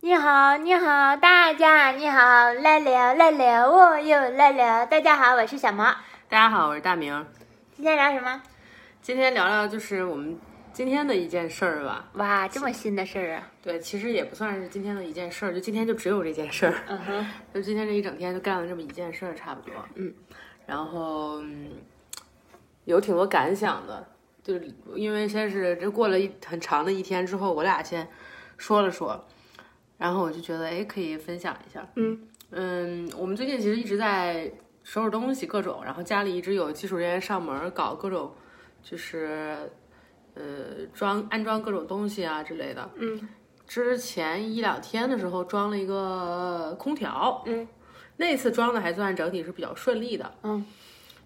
你好，你好，大家你好，来了来了，我又来了。大家好，我是小毛。大家好，我是大明。今天聊什么？今天聊聊就是我们今天的一件事儿吧。哇，这么新的事儿啊！对，其实也不算是今天的一件事儿，就今天就只有这件事儿。嗯哼，就今天这一整天就干了这么一件事儿，差不多。嗯，然后嗯有挺多感想的，就是因为先是这过了一很长的一天之后，我俩先说了说，然后我就觉得哎可以分享一下。嗯嗯，我们最近其实一直在收拾东西各种，然后家里一直有技术人员上门搞各种，就是呃装安装各种东西啊之类的。嗯，之前一两天的时候装了一个空调，嗯，那次装的还算整体是比较顺利的，嗯，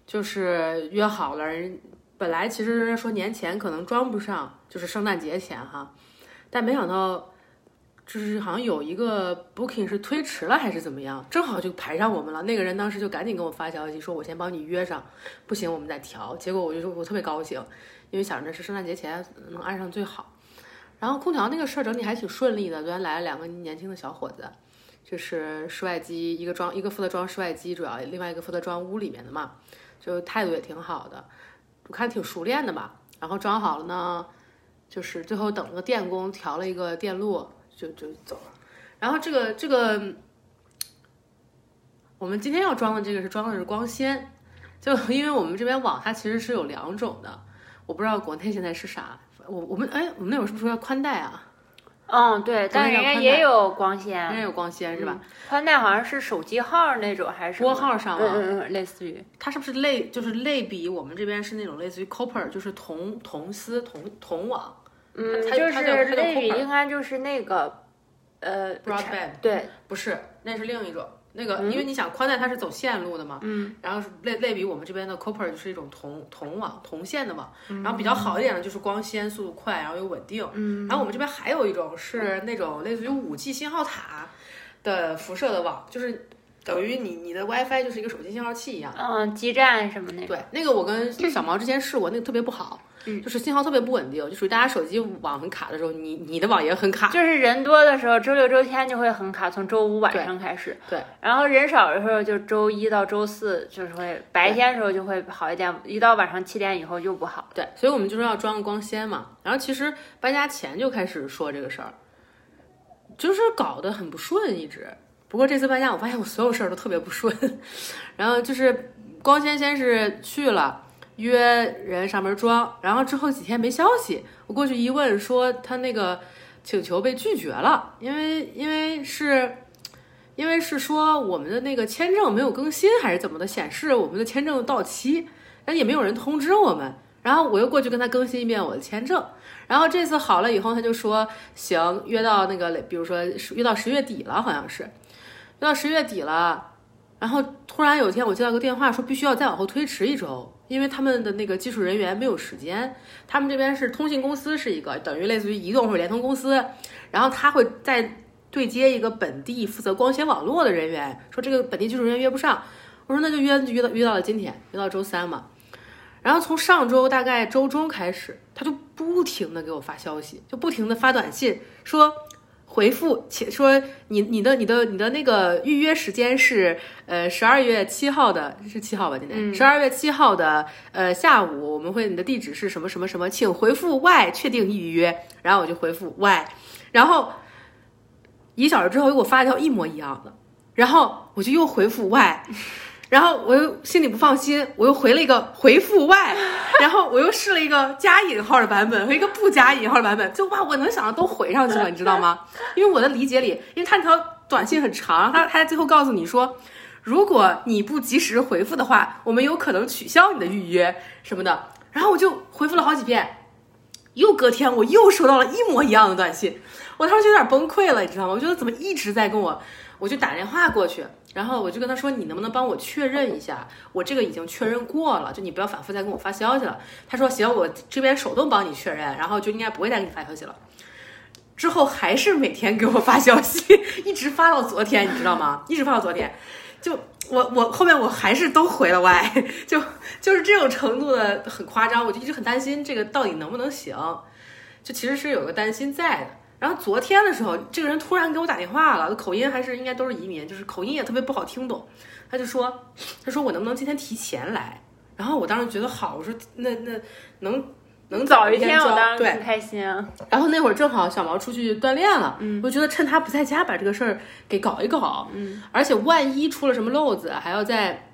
就是约好了人，本来其实人家说年前可能装不上，就是圣诞节前哈，但没想到。就是好像有一个 booking 是推迟了还是怎么样，正好就排上我们了。那个人当时就赶紧给我发消息说：“我先帮你约上，不行我们再调。”结果我就说我特别高兴，因为想着是圣诞节前能安上最好。然后空调那个事儿整体还挺顺利的，昨天来了两个年轻的小伙子，就是室外机，一个装一个负责装室外机，主要另外一个负责装屋里面的嘛，就态度也挺好的，我看挺熟练的吧。然后装好了呢，就是最后等了个电工调了一个电路，就就走了。然后这个这个，我们今天要装的这个是装的是光纤，就因为我们这边网它其实是有两种的，我不知道国内现在是啥。我我们哎，我们那会儿是不是说要宽带啊？嗯，对，但是人家也有光纤，人家有光纤是吧？宽带好像是手机号那种，还是什么拨号上嗯网嗯嗯，类似于它是不是类就是类比我们这边是那种类似于 copper，就是铜铜丝铜铜网嗯，它就它是叫它叫类比 Cooper 应该就是那个呃 broadband，对，不是，那是另一种。那个，因为你想宽带它是走线路的嘛，嗯，然后是类类比我们这边的 copper 就是一种铜铜网铜线的网，然后比较好一点的就是光纤速度快，然后又稳定，嗯，然后我们这边还有一种是那种类似于五 G 信号塔的辐射的网，就是等于你你的 WiFi 就是一个手机信号器一样。嗯，基站什么那种，嗯对，那个我跟小毛之前试过，那个特别不好，就是信号特别不稳定，就属于大家手机网很卡的时候，你你的网也很卡。就是人多的时候，周六周天就会很卡，从周五晚上开始。对，然后人少的时候，就周一到周四就是会白天的时候就会好一点，一到晚上七点以后又不好。对，所以我们就说要装个光纤嘛。然后其实搬家前就开始说这个事儿，就是搞得很不顺一直。不过这次搬家，我发现我所有事儿都特别不顺。 然后就是光纤先是去了约人上门装，然后之后几天没消息，我过去一问说他那个请求被拒绝了，因为因为是。因为是说我们的那个签证没有更新还是怎么的，显示我们的签证到期，但也没有人通知我们。然后我又过去跟他更新一遍我的签证，然后这次好了以后，他就说行，约到那个，比如说是约到十月底了，好像是，约到十月底了。然后突然有一天，我接到个电话说必须要再往后推迟一周，因为他们的那个技术人员没有时间。他们这边是通信公司是一个，等于类似于移动或者联通公司，然后他会再对接一个本地负责光纤网络的人员，说这个本地技术人员约不上。我说那就约就约到约到了今天，约到周三嘛。然后从上周大概周中开始，他就不停的给我发消息，就不停的发短信说回复，且说你你的你的你的那个预约时间是呃十二月七号的，是七号吧？今天十二、12月七号的呃下午，我们会你的地址是什么什么什么，请回复 Y 确定预约。然后我就回复 Y，然后一小时之后又给我发了条一模一样的，然后我就又回复 Y。然后我又心里不放心，我又回了一个回复 Y，然后我又试了一个加引号的版本和一个不加引号的版本，就把我能想的都回上去了，你知道吗？ 因为我的理解里，因为他那条短信很长，他他最后告诉你说，如果你不及时回复的话，我们有可能取消你的预约什么的。然后我就回复了好几遍，又隔天我又收到了一模一样的短信，我当时就有点崩溃了，你知道吗？我觉得怎么一直在跟我，我就打电话过去，然后我就跟他说，你能不能帮我确认一下，我这个已经确认过了，就你不要反复再跟我发消息了。他说行，我这边手动帮你确认，然后就应该不会再给你发消息了。之后还是每天给我发消息，一直发到昨天，你知道吗？一直发到昨天，就我我后面我还是都回了 Y，就 就是这种程度的很夸张，我就一直很担心这个到底能不能行，就其实是有个担心在的。然后昨天的时候，这个人突然给我打电话了，口音还是应该都是移民，就是口音也特别不好听懂。他就说，他说我能不能今天提前来？然后我当时觉得好，我说那那能能早一天，我交当然对更开心啊。然后那会儿正好小毛出去锻炼了，我就觉得趁他不在家把这个事儿给搞一搞，嗯，而且万一出了什么漏子，还要再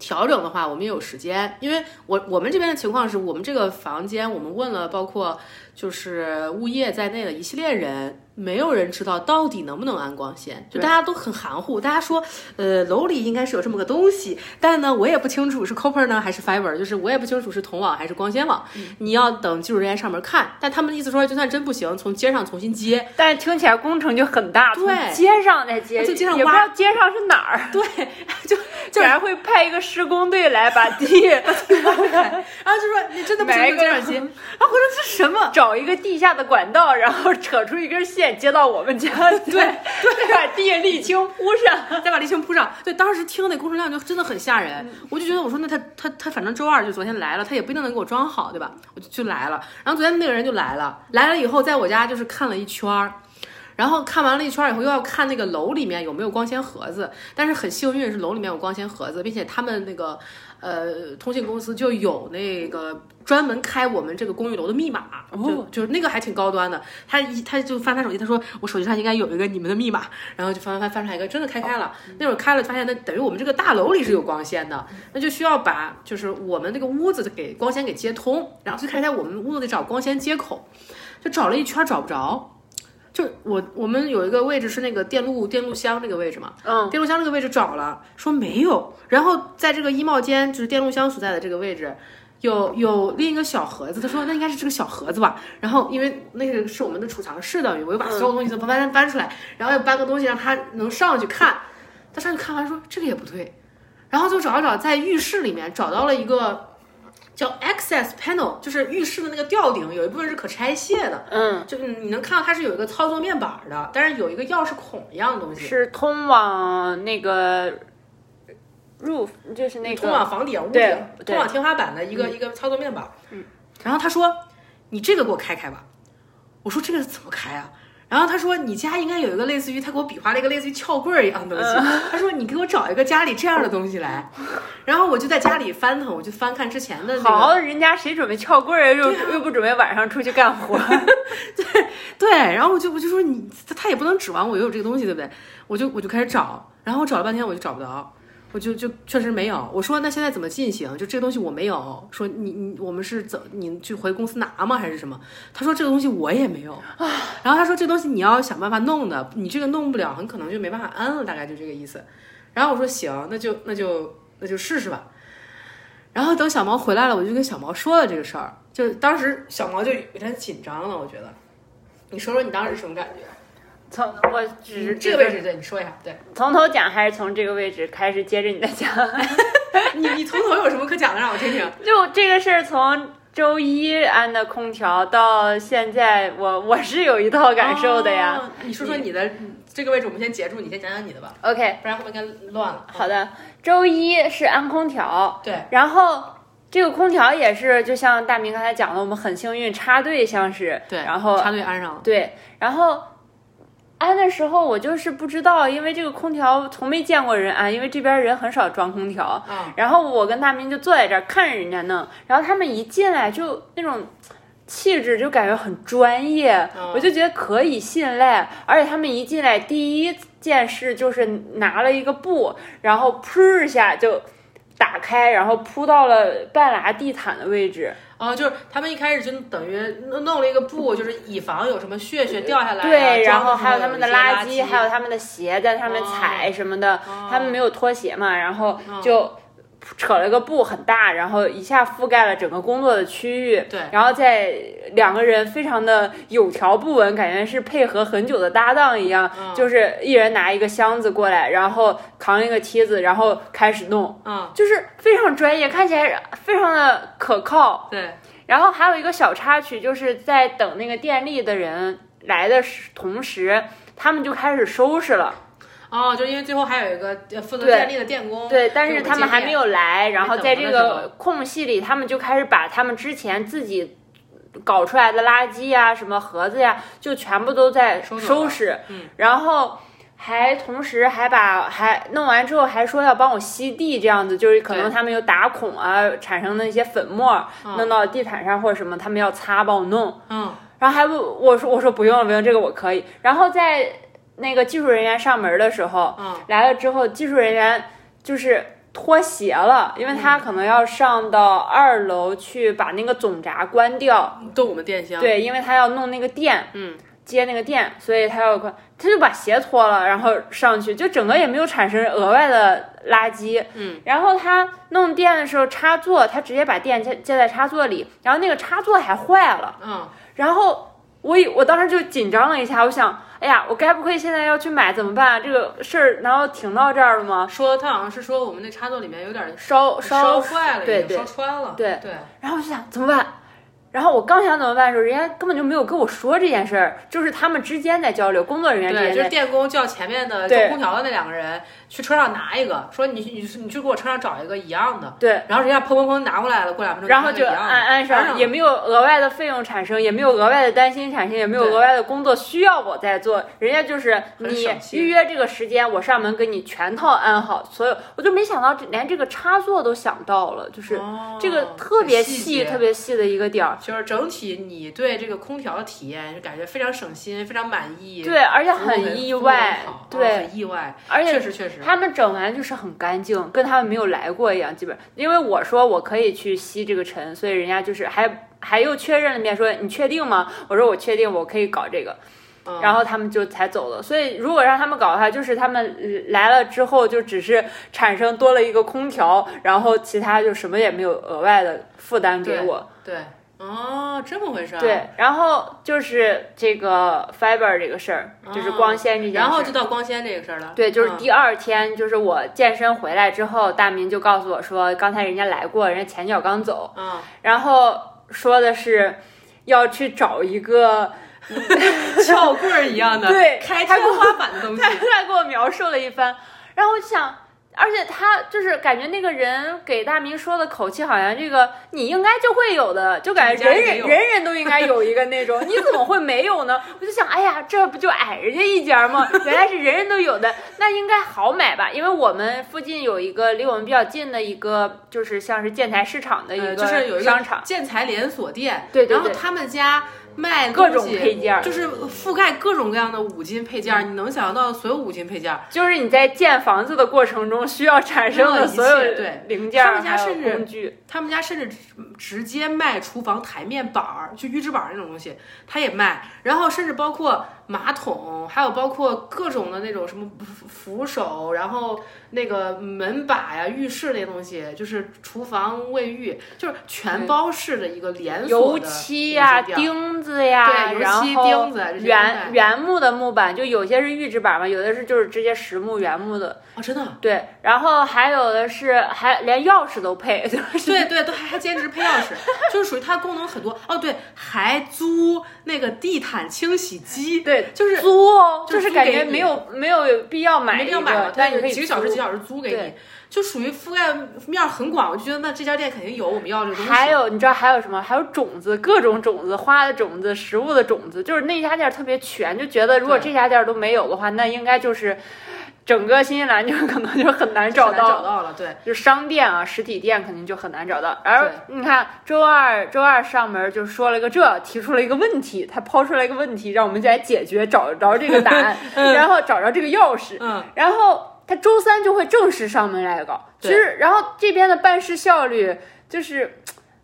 调整的话，我们也有时间。因为我我们这边的情况是我们这个房间，我们问了包括就是物业在内的一系列人，没有人知道到底能不能安光纤，就对大家都很含糊。大家说，呃，楼里应该是有这么个东西，但呢，我也不清楚是 copper 呢还是 fiber，就是我也不清楚是铜网还是光纤网。你要等技术人员上门看。但他们的意思说，就算真不行，从街上重新接。但是听起来工程就很大，对啊从街上再接，就街上也不知挖道街上是哪儿，对， 就 竟然会派一个施工队来把地然啊后就说你真的不买行，一就个街上接。然后我说这是什么？ 找一个地下的管道，然后扯出一根线接到我们家，对 对，把地沥青铺上。再把沥青铺上。对，当时听那工程量就真的很吓人，我就觉得我说那他他他反正周二就昨天来了，他也不一定能给我装好，对吧？我就就来了。然后昨天那个人就来了，来了以后在我家就是看了一圈儿。然后看完了一圈儿以后，又要看那个楼里面有没有光纤盒子。但是很幸运是楼里面有光纤盒子，并且他们那个呃通信公司就有那个专门开我们这个公寓楼的密码，就哦就是那个还挺高端的。他一他就翻他手机，他说我手机上应该有一个你们的密码，然后就翻翻翻翻出来一个，真的开开了。那会儿开了，发现那等于我们这个大楼里是有光纤的，那就需要把就是我们那个屋子给光纤给接通，然后就开始在我们屋子里找光纤接口，就找了一圈儿找不着。就我我们有一个位置是那个电路电路箱这个位置嘛，嗯，电路箱这个位置找了，说没有。然后在这个衣帽间，就是电路箱所在的这个位置，有有另一个小盒子。他说那应该是这个小盒子吧。然后因为那个是我们的储藏室，等于我又把所有东西都搬搬搬出来，然后又搬个东西让他能上去看。他上去看完说这个也不对，然后就找一找，在浴室里面找到了一个叫 access panel，就是浴室的那个吊顶有一部分是可拆卸的，嗯，就你能看到它是有一个操作面板儿的，但是有一个钥匙孔一样的东西。是通往那个 roof，就是那通个往房顶、屋对顶、对通往天花板的一个、一个操作面板。嗯，然后他说：“你这个给我开开吧。”我说：“这个怎么开啊？”然后他说：“你家应该有一个类似于……他给我比划了一个类似于撬棍儿一样的东西。嗯他说：“你给我找一个家里这样的东西 来。”然后我就在家里翻腾，我就翻看之前的那好个好的人家谁准备撬棍儿，又、又不准备晚上出去干活，对，然后我就我就说你他他也不能指望我有这个东西，对不对？我就我就开始找，然后我找了半天我就找不着，我就就确实没有。我说那现在怎么进行？就这个东西我没有。说你你我们是怎你去回公司拿吗？还是什么？他说这个东西我也没有。然后他说这东西你要想办法弄的，你这个弄不了，很可能就没办法安了，大概就这个意思。然后我说行，那就那就那就试试吧。然后等小毛回来了，我就跟小毛说了这个事儿，就当时小毛就有点紧张了，我觉得。你说说你当时什么感觉？ 从我只是嗯这个位置对，你说一下。对从头讲还是从这个位置开始，接着你的讲。 你，你从头有什么可讲的，让我听听。就这个事儿，从周一安的空调到现在，我我是有一套感受的呀。哦你说说你的这个位置，我们先截住，你先讲讲你的吧， OK，不然后面该乱了。哦好的，周一是安空调，对，然后。这个空调也是，就像大明刚才讲的，我们很幸运插队，像是对，然后插队安上了。对，然后安的时候我就是不知道，因为这个空调从没见过人安，因为这边人很少装空调。啊，然后我跟大明就坐在这儿看着人家弄，然后他们一进来就那种气质就感觉很专业，嗯我就觉得可以信赖。而且他们一进来，第一件事就是拿了一个布，然后噗一下就打开，然后铺到了半拉地毯的位置。哦，就是他们一开始就等于弄弄了一个布，就是以防有什么血血掉下来啊。对，然装后的时还有候他们的一些垃哦圾，还有他们的鞋在上面踩什么的，他们没有拖鞋嘛，然后嗯就扯了个布很大，然后一下覆盖了整个工作的区域。对然后在两个人非常的有条不紊，感觉是配合很久的搭档一样，嗯就是一人拿一个箱子过来，然后扛一个梯子，然后开始弄，嗯，就是非常专业，看起来非常的可靠。对，然后还有一个小插曲，就是在等那个电力的人来的时同时，他们就开始收拾了。哦，就因为最后还有一个呃负责对电力的电工，对，但是就我他们接还电没有来，然后在这等着呢是个空隙里，他们就开始把他们之前自己搞出来的垃圾呀、什么盒子呀，就全部都在收走了收拾，嗯然后。还同时还把还弄完之后还说要帮我吸地，这样子就是可能对他们有打孔啊，产生的一些粉末弄到地毯上或者什么，他们要擦帮我弄。嗯，然后还问我说我说不用了不用这个我可以。然后在那个技术人员上门的时候，嗯来了之后，技术人员就是脱鞋了，因为嗯他可能要上到二楼去把那个总闸关掉，动我们电箱，，对，因为他要弄那个电，嗯，接那个电，所以他要关，他就把鞋脱了，然后上去，就整个也没有产生额外的垃圾，嗯，然后他弄电的时候插座，他直接把电接接在插座里，然后那个插座还坏了。嗯，然后我以我当时就紧张了一下，我想，哎呀，我该不会现在要去买怎么办、啊？这个事儿难道停到这儿了吗？说他好像是说我们那插座里面有点烧烧烧坏了，对已经对烧。穿了，对对，然后我就想怎么办？然后我刚想怎么办的时候，人家根本就没有跟我说这件事儿，就是他们之间在交流，工作人员之对，间就是在。电工叫前面的对做空调的那两个人去车上拿一个，说你你你去给我车上找一个一样的，对，然后人家砰砰砰拿过来了，过两分钟然后跟就那个一样的按按上，也没有额外的费用产生，也没有额外的担心产生，也没有对额外的工作需要我在做。人家就是很你省心预约这个时间，我上门给你全套安好。所有我就没想到这连这个插座都想到了，就是哦这个特别很细、节特别细的一个点儿。就是整体你对这个空调的体验就感觉非常省心，非常满意，对，而且服务很，很意服务外很好，哦对，很意外，而且确实确实，他们整完就是很干净，跟他们没有来过一样，基本。因为我说我可以去吸这个尘，所以人家就是还还又确认了一遍，说你确定吗？我说我确定，我可以搞这个。嗯然后他们就才走了。所以如果让他们搞的话，就是他们呃来了之后就只是产生多了一个空调，然后其他就什么也没有额外的负担给我。对，哦，这么回事儿，对，然后就是这个 fiber 这个事儿，就是光纤这件哦嗯事。然后就到光纤这个事儿了，对，就是嗯第二天，就是我健身回来之后，大明就告诉我说，刚才人家来过，人家前脚刚走，嗯，然后说的是要去找一个 撬棍儿一样的，对开他天给我花板的东西他，他给我描述了一番，然后我就想，而且他就是感觉那个人给大明说的口气，好像这个你应该就会有的，就感觉人你家也人有人人都应该有一个那种，你怎么会没有呢？我就想，哎呀，这不就矮人家一截儿吗？原来是人人都有的，那应该好买吧？因为我们附近有一个离我们比较近的一个，就是像是建材市场的 一呃，个就是有一商个场，建材连锁店，对对然后对他们家卖各东种西配件儿就是覆盖各种各样的五金配件儿，你能想象到的所有五金配件儿。就是你在建房子的过程中需要产生用到的一所切有对零件儿，他们家还有甚至工具。他们家甚至直直接卖厨房台面板儿，就预制板儿那种东西，他也卖。然后甚至包括马桶，还有包括各种的那种什么扶扶手，然后那个门把呀、浴室那些东西，就是厨房、卫浴，就是全包式的一个连锁油的漆五金呀、店钉子呀，对然油漆后钉子啊这些都原在原木的木板，就有些是预制板嘛，有的是就是直接实木原木的，哦，真的。对。然后还有的是还连钥匙都 配， 就是对对，都还还兼职配钥匙，就是属于它功能很多哦。对，还租那个地毯清洗机，对，就是租哦，就就是是租感给觉你没有没有必要买没一必个要，买了，但但你可是以几个小时租几小时租给你对，就属于覆盖面儿很广。我就觉得那这家店肯定有我们要这个东西。还有你知道还有什么？还有种子，各种种子，花的种子，食物的种子，就是那家店儿特别全，就觉得如果对这家店儿都没有的话，那应该就是整个新西兰就 可能就很难找很难到找。到了，对，就商店啊，实体店肯定就很难找到。而你看，周二周二上门就说了一个这，提出了一个问题，他抛出来一个问题，让我们来解决，找着这个答 案，然后找着这个钥匙，嗯，然后他周三就会正式上门来搞。其对实，然后这边的办事效率就是。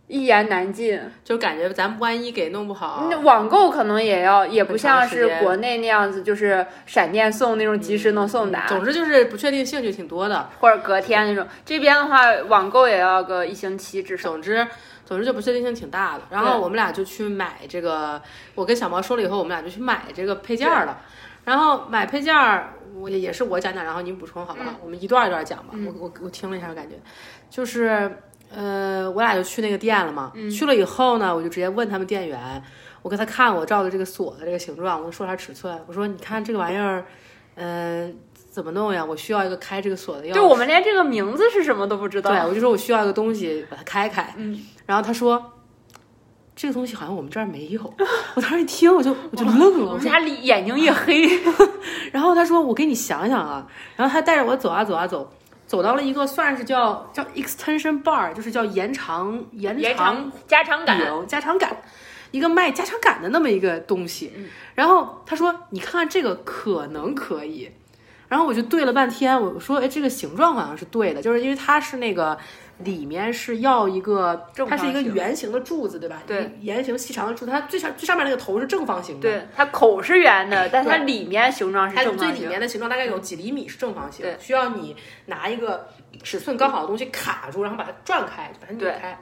一言难尽，就感觉咱万一给弄不好那，网购可能也要，也哦不很长像时是间国内那样子，就是闪电送那种及时能送达。嗯总之就是不确定性就挺多的。或者隔天那种。这边的话，网购也要个一星期至少。总之，总之就不确定性挺大的。然后我们俩就去买这个，我跟小毛说了以后，我们俩就去买这个配件儿了。然后买配件儿，我也也是我讲讲，然后你补充好不好？嗯我们一段一段讲吧。我我我听了一下，感觉就是呃，我俩就去那个店了嗯嘛。去了以后呢，我就直接问他们店员，我给他看我照的这个锁的这个形状，我说它尺寸，我说你看这个玩意儿，嗯、怎么弄呀？我需要一个开这个锁的钥匙。就我们连这个名字是什么都不知对，道。我就说我需要一个东西把它开开。嗯，然后他说这个东西好像我们这儿没有。 我当时一听，我就我就愣了，哦我我们说，家里眼睛一黑，然后他说我给你想想啊，然后他带着我走啊走啊走，走到了一个算是叫叫 extension bar，就是叫延长 延延嗯长长家常旅感，游加长感，一个卖加长感的那么一个东西。嗯然后他说：“你看看这个可能可以。”然后我就对了半天，我说：“哎，这个形状好像是对的，就是因为它是那个里面是要一个，正它是一个方形圆形的柱子，对吧？对，圆形细长的柱子，它最上最上面那个头是正方形的，，对，它口是圆的，但它对里面形状是它正最方里形。面的形状大概有几厘米是正方形对，需要你拿一个尺寸刚好的东西卡住，然后把它转开，就把它对拧开。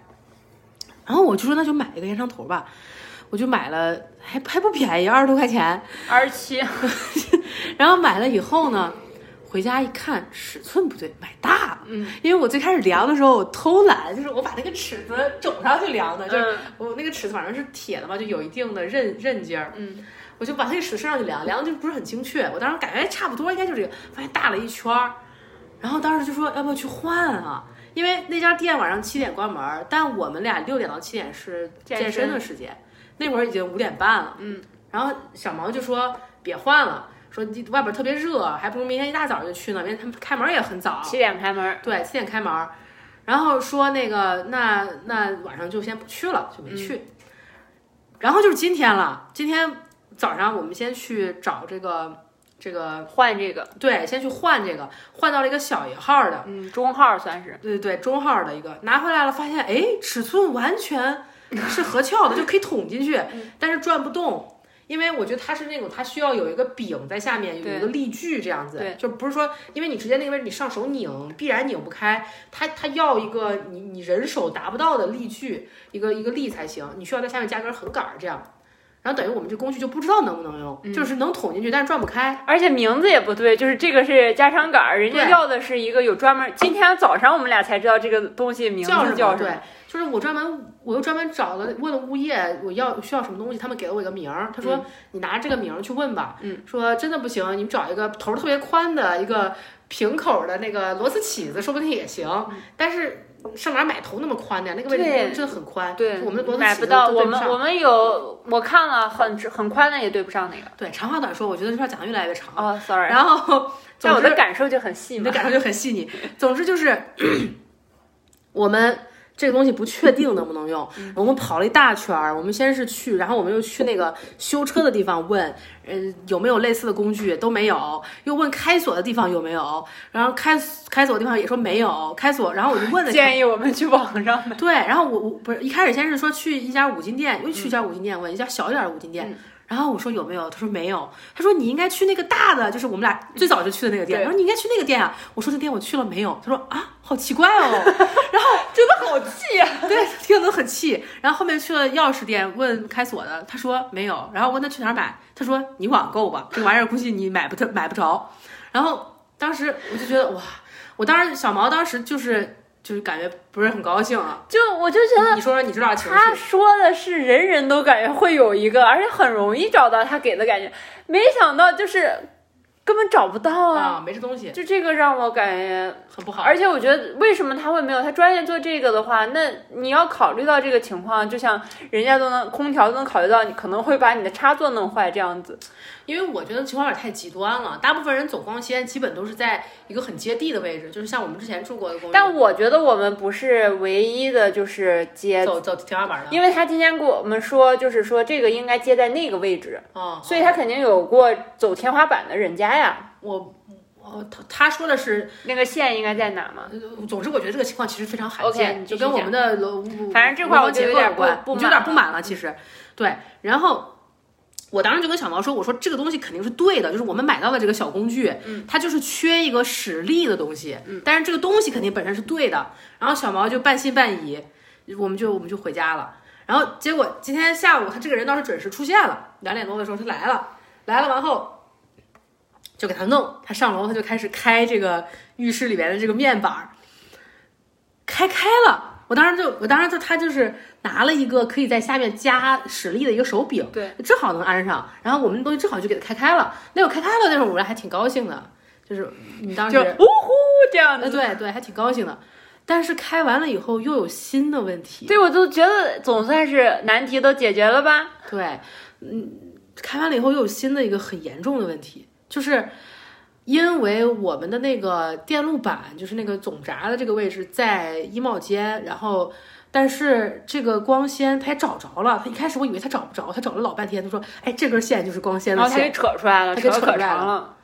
然后我就说那就买一个延长头吧，我就买了，还还不便宜，二十多块钱。二十七，然后买了以后呢，回家一看尺寸不对，买大了。嗯，因为我最开始量的时候我偷懒，就是我把那个尺子肘上去量的，就是嗯我那个尺子反正是铁的嘛，就有一定的刃刃尖儿，嗯，我就把那个尺伸上去量，量的就不是很精确，我当时感觉哎差不多应该就这个，发现大了一圈儿，然后当时就说要不要去换啊？因为那家店晚上七点关门儿，但我们俩六点到七点是健健身的时间，那会儿已经五点半了，嗯，然后小毛就说别换了。说你外边儿特别热，还不如明天一大早就去呢。明天他们开门儿也很早，啊七点开门，对，七点开门儿，然后说那个那那晚上就先不去了，就没去。然后就是今天了，今天早上我们先去找这个这个，换这个，对，先去换这个，换到了一个小爷号的，嗯，中号算是，对对对，中号的一个，拿回来了，发现哎，尺寸完 全是合翘的，就可以捅进去，嗯但是转不动。因为我觉得它是那种，它需要有一个柄在下面，有对一个力矩这样子对，就不是说，因为你直接那个位置你上手拧，必然拧不开，它它要一个你你人手达不到的力矩，一个一个力才行，你需要在下面加根横杆儿这样，然后等于我们这工具就不知道能不能用，嗯就是能捅进去，但是转不开，而且名字也不对，就是这个是家常感，人家对要的是一个有专门。今天早上我们俩才知道这个东西名字叫叫什么？什对，就是我专门，我又专门找了问了物业，我要需要什么东西，他们给了我一个名儿，他说、你拿这个名儿去问吧，嗯，说真的不行，你们找一个头儿特别宽的一个平口儿的那个螺丝起子，说不定也行，但是。上哪儿买头那么宽的呀？那个位置嗯对真的很宽，对，我们的螺丝买起不子到，都我对不们上。我们有我看了很很宽的也对不上那个。对，长话短说，我觉得这块儿讲的越来越长。哦，sorry，然 后，但总我之的感受就很细你嘛的。感受就很细腻。总之就是， 我们这个东西不确定能不能用，我们跑了一大圈儿。我们先是去，然后我们又去那个修车的地方问，嗯、有没有类似的工具，都没有。又问开锁的地方有没有，然后开开锁的地方也说没有开锁。然后我就问了一下。建议我们去网上买。对，然后我我不是一开始先是说去一家五金店，又去一家五金店问一家小一点的五金店，嗯然后我说有没有，他说没有，他说你应该去那个大的，就是我们俩最早就去的那个店，嗯对他说你应该去那个店啊，我说那店我去了没有，他说啊好奇怪哦， 真的好气啊呀、对，听得很气，然后后面去了钥匙店问开锁的，他说没有，然后问他去哪儿买，他说你网购吧，这玩意儿估计你买不着买不着，然后当时我就觉得哇，我当时小毛当时就是就是感觉不是很高兴啊，就我就觉得你说说你知道情绪。他说的是人人都感觉会有一个，而且很容易找到他给的感觉，没想到就是根本找不到啊。啊，没这东西，就这个让我感觉，很不好。而且我觉得为什么他会没有？他专业做这个的话，那你要考虑到这个情况，就像人家都能空调都能考虑到，你可能会把你的插座弄坏这样子。因为我觉得情况有点太极端了，大部分人走光纤基本都是在一个很接地的位置，就是像我们之前住过的公寓，但我觉得我们不是唯一的，就是接，走走天花板的，因为他今天跟我们说，就是说这个应该接在那个位置，哦，所以他肯定有过走天花板的人家呀。我我他他说的是，那个线应该在哪嘛？呃总之我觉得这个情况其实非常罕 OK，见你就继续跟我们的楼，屋反正这块儿我就有结构点有关，不不你就有点满不满了，其实对，然后。我当时就跟小毛说：“我说这个东西肯定是对的，就是我们买到的这个小工具，嗯、它就是缺一个使力的东西。嗯、但是这个东西肯定本身是对的，然后小毛就半信半疑，我们就我们就回家了。然后结果今天下午他这个人倒是准时出现了，两点多的时候他来了，来了完后就给他弄，他上楼他就开始开这个浴室里面的这个面板儿，开开了。我当时就，我当时就他就是拿了一个可以在下面加实力的一个手柄，呃对，正好能安上。然后我们的东西正好就给它开开了。那我开开了那会儿，我还挺高兴的，就是你当时就呜呼这样呃，子。对对，还挺高兴的。但是开完了以后又有新的问题。对我都觉得总算是难题都解决了吧？对，嗯，开完了以后又有新的一个很严重的问题，就是因为我们的那个电路板，就是那个总闸的这个位置在衣帽间，然后但是这个光纤他也找着了，他一开始我以为他找不着，他找了老半天，他说，哎，这根线就是光纤的然后他线，给扯出来了，他扯给得扯出可来长了。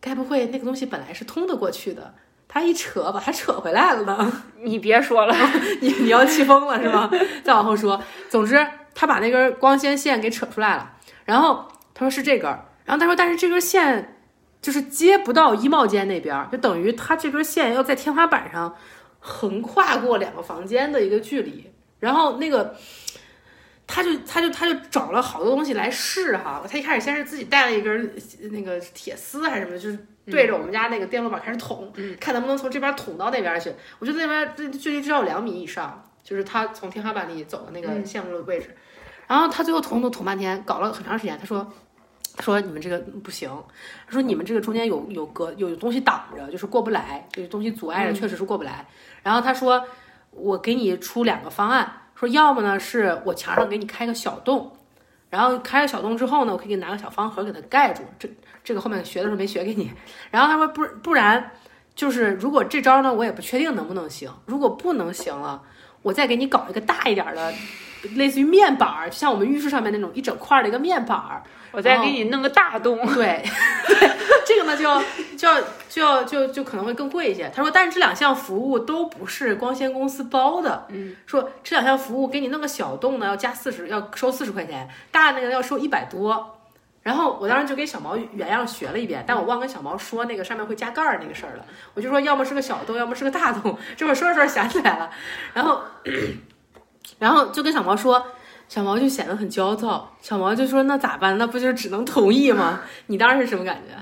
该不会那个东西本来是通得过去的，他一扯把它扯回来了呢？你别说 了，你你要气疯了是吗？再往后说，总之他把那根光纤线给扯出来了，然后他说是这根儿，然后他说但是这根线就是接不到衣帽间那边儿，就等于他这根线要在天花板上横跨过两个房间的一个距离，然后那个。他就他就他就找了好多东西来试哈，他一开始先是自己带了一根呃那个铁丝还是什么的，就是对着我们家那个电路板开始捅，看能不能从这边捅到那边去。我觉得那边这距离至少有两米以上，就是他从天花板里走的那个线路的位置。然后他最后捅捅捅半天，搞了很长时间。他说：“他说你们这个不行，他说你们这个中间有有隔有东西挡着，就是过不来，有东西阻碍着，确实是过不来。然后他说：“我给你出两个方案，说要么呢是我墙上给你开个小洞。”然后开个小洞之后呢，我可以给你拿个小方盒给它盖住。这这个后面学的时候没学给你。然后他说不不然就是如果这招呢，我也不确定能不能行。如果不能行了，我再给你搞一个大一点儿的，类似于面板儿，像我们浴室上面那种一整块儿的一个面板儿。我再给你弄个大洞。对，这个呢就要就要就要就就可能会更贵一些。他说，但是这两项服务都不是光纤公司包的。嗯，说这两项服务给你弄个小洞呢，要加四十，要收四十块钱，大那个要收一百多。然后我当时就给小毛原样学了一遍，但我忘跟小毛说那个上面会加盖儿那个事儿了。我就说，要么是个小洞，要么是个大洞。这会儿说着说着想起来了，然后 然后就跟小毛说。小毛就显得很焦躁，小毛就说：“那咋办？那不就只能同意吗？”你当时是什么感觉？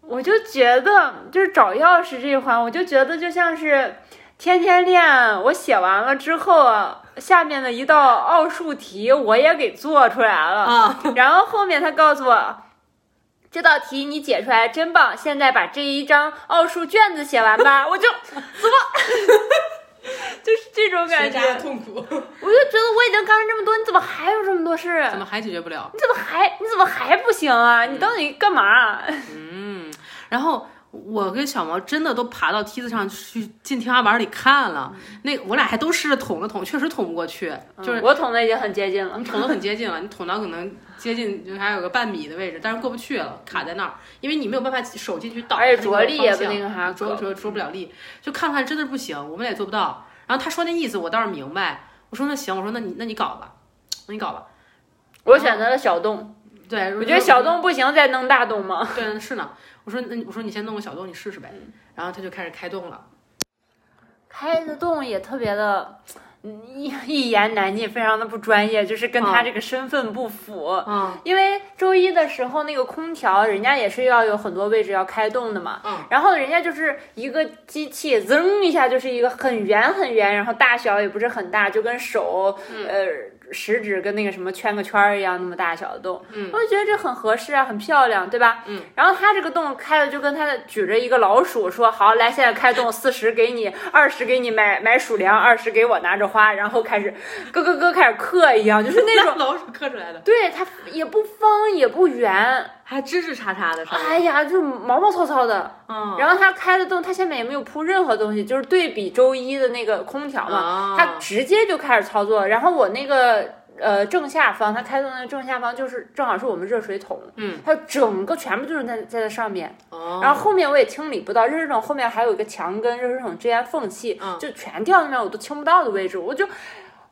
我就觉得，就是找钥匙这一环，我就觉得就像是天天练，我写完了之后啊，下面的一道奥数题我也给做出来了。啊，然后后面他告诉我，这道题你解出来真棒，现在把这一张奥数卷子写完吧。我就怎么， 就是这种感觉，我痛 苦，就觉得我已经干了这么多，你怎么还有这么多事？怎么还解决不了？你怎么还你怎么还不行啊？你到底干嘛啊、然后我跟小毛真的都爬到梯子上去进天花板里看了，那我俩还都试着捅了捅，确实捅不过去，就是我捅的已经很接近了你。捅得很接近了，你捅到可能接近就还有个半米的位置，但是过不去了，卡在那儿，因为你没有办法手进去倒，而且着力也不啊不那个啥，啊着着着不了力，就看看真的不行，我们也做不到。然后他说那意思我倒是明白，我说那行，我说那你那你搞吧，那你搞吧。我选择了小洞，对，我觉得小洞不行，再弄大洞嘛。对，是呢。我说那你我说你先弄个小洞，你试试呗。嗯然后他就开始开洞了。开的洞也特别的。嗯一一言难尽，非常的不专业，就是跟他嗯这个身份不符。 嗯因为周一的时候那个空调，人家也是要有很多位置要开动的嘛。嗯。然后人家就是一个机器，噌一下就是一个很圆很圆，然后大小也不是很大，就跟手、嗯呃食指跟那个什么圈个圈儿一样那么大小的洞。嗯我就觉得这很合适啊，很漂亮，对吧？嗯。然后他这个洞开的就跟他的举着一个老鼠说：“好，来，现在开洞，四十给你，二十给你买买鼠粮，二十给我拿着花。”然后开始咯咯咯开始刻一样，就是那种。老鼠刻出来的，对它也不方也不圆，还吱吱叉叉的，是吧？哎呀，就是毛毛糙糙的。嗯，然后它开的洞，它下面也没有铺任何东西，就是对比周一的那个空调嘛啊，它直接就开始操作。然后我那个呃正下方，它开洞的正下方就是正好是我们热水桶，嗯，它整个全部就是在在那上面。哦，然后后面我也清理不到，热水桶后面还有一个墙跟热水桶之间缝隙，嗯就全掉那边我都清不到的位置，我就。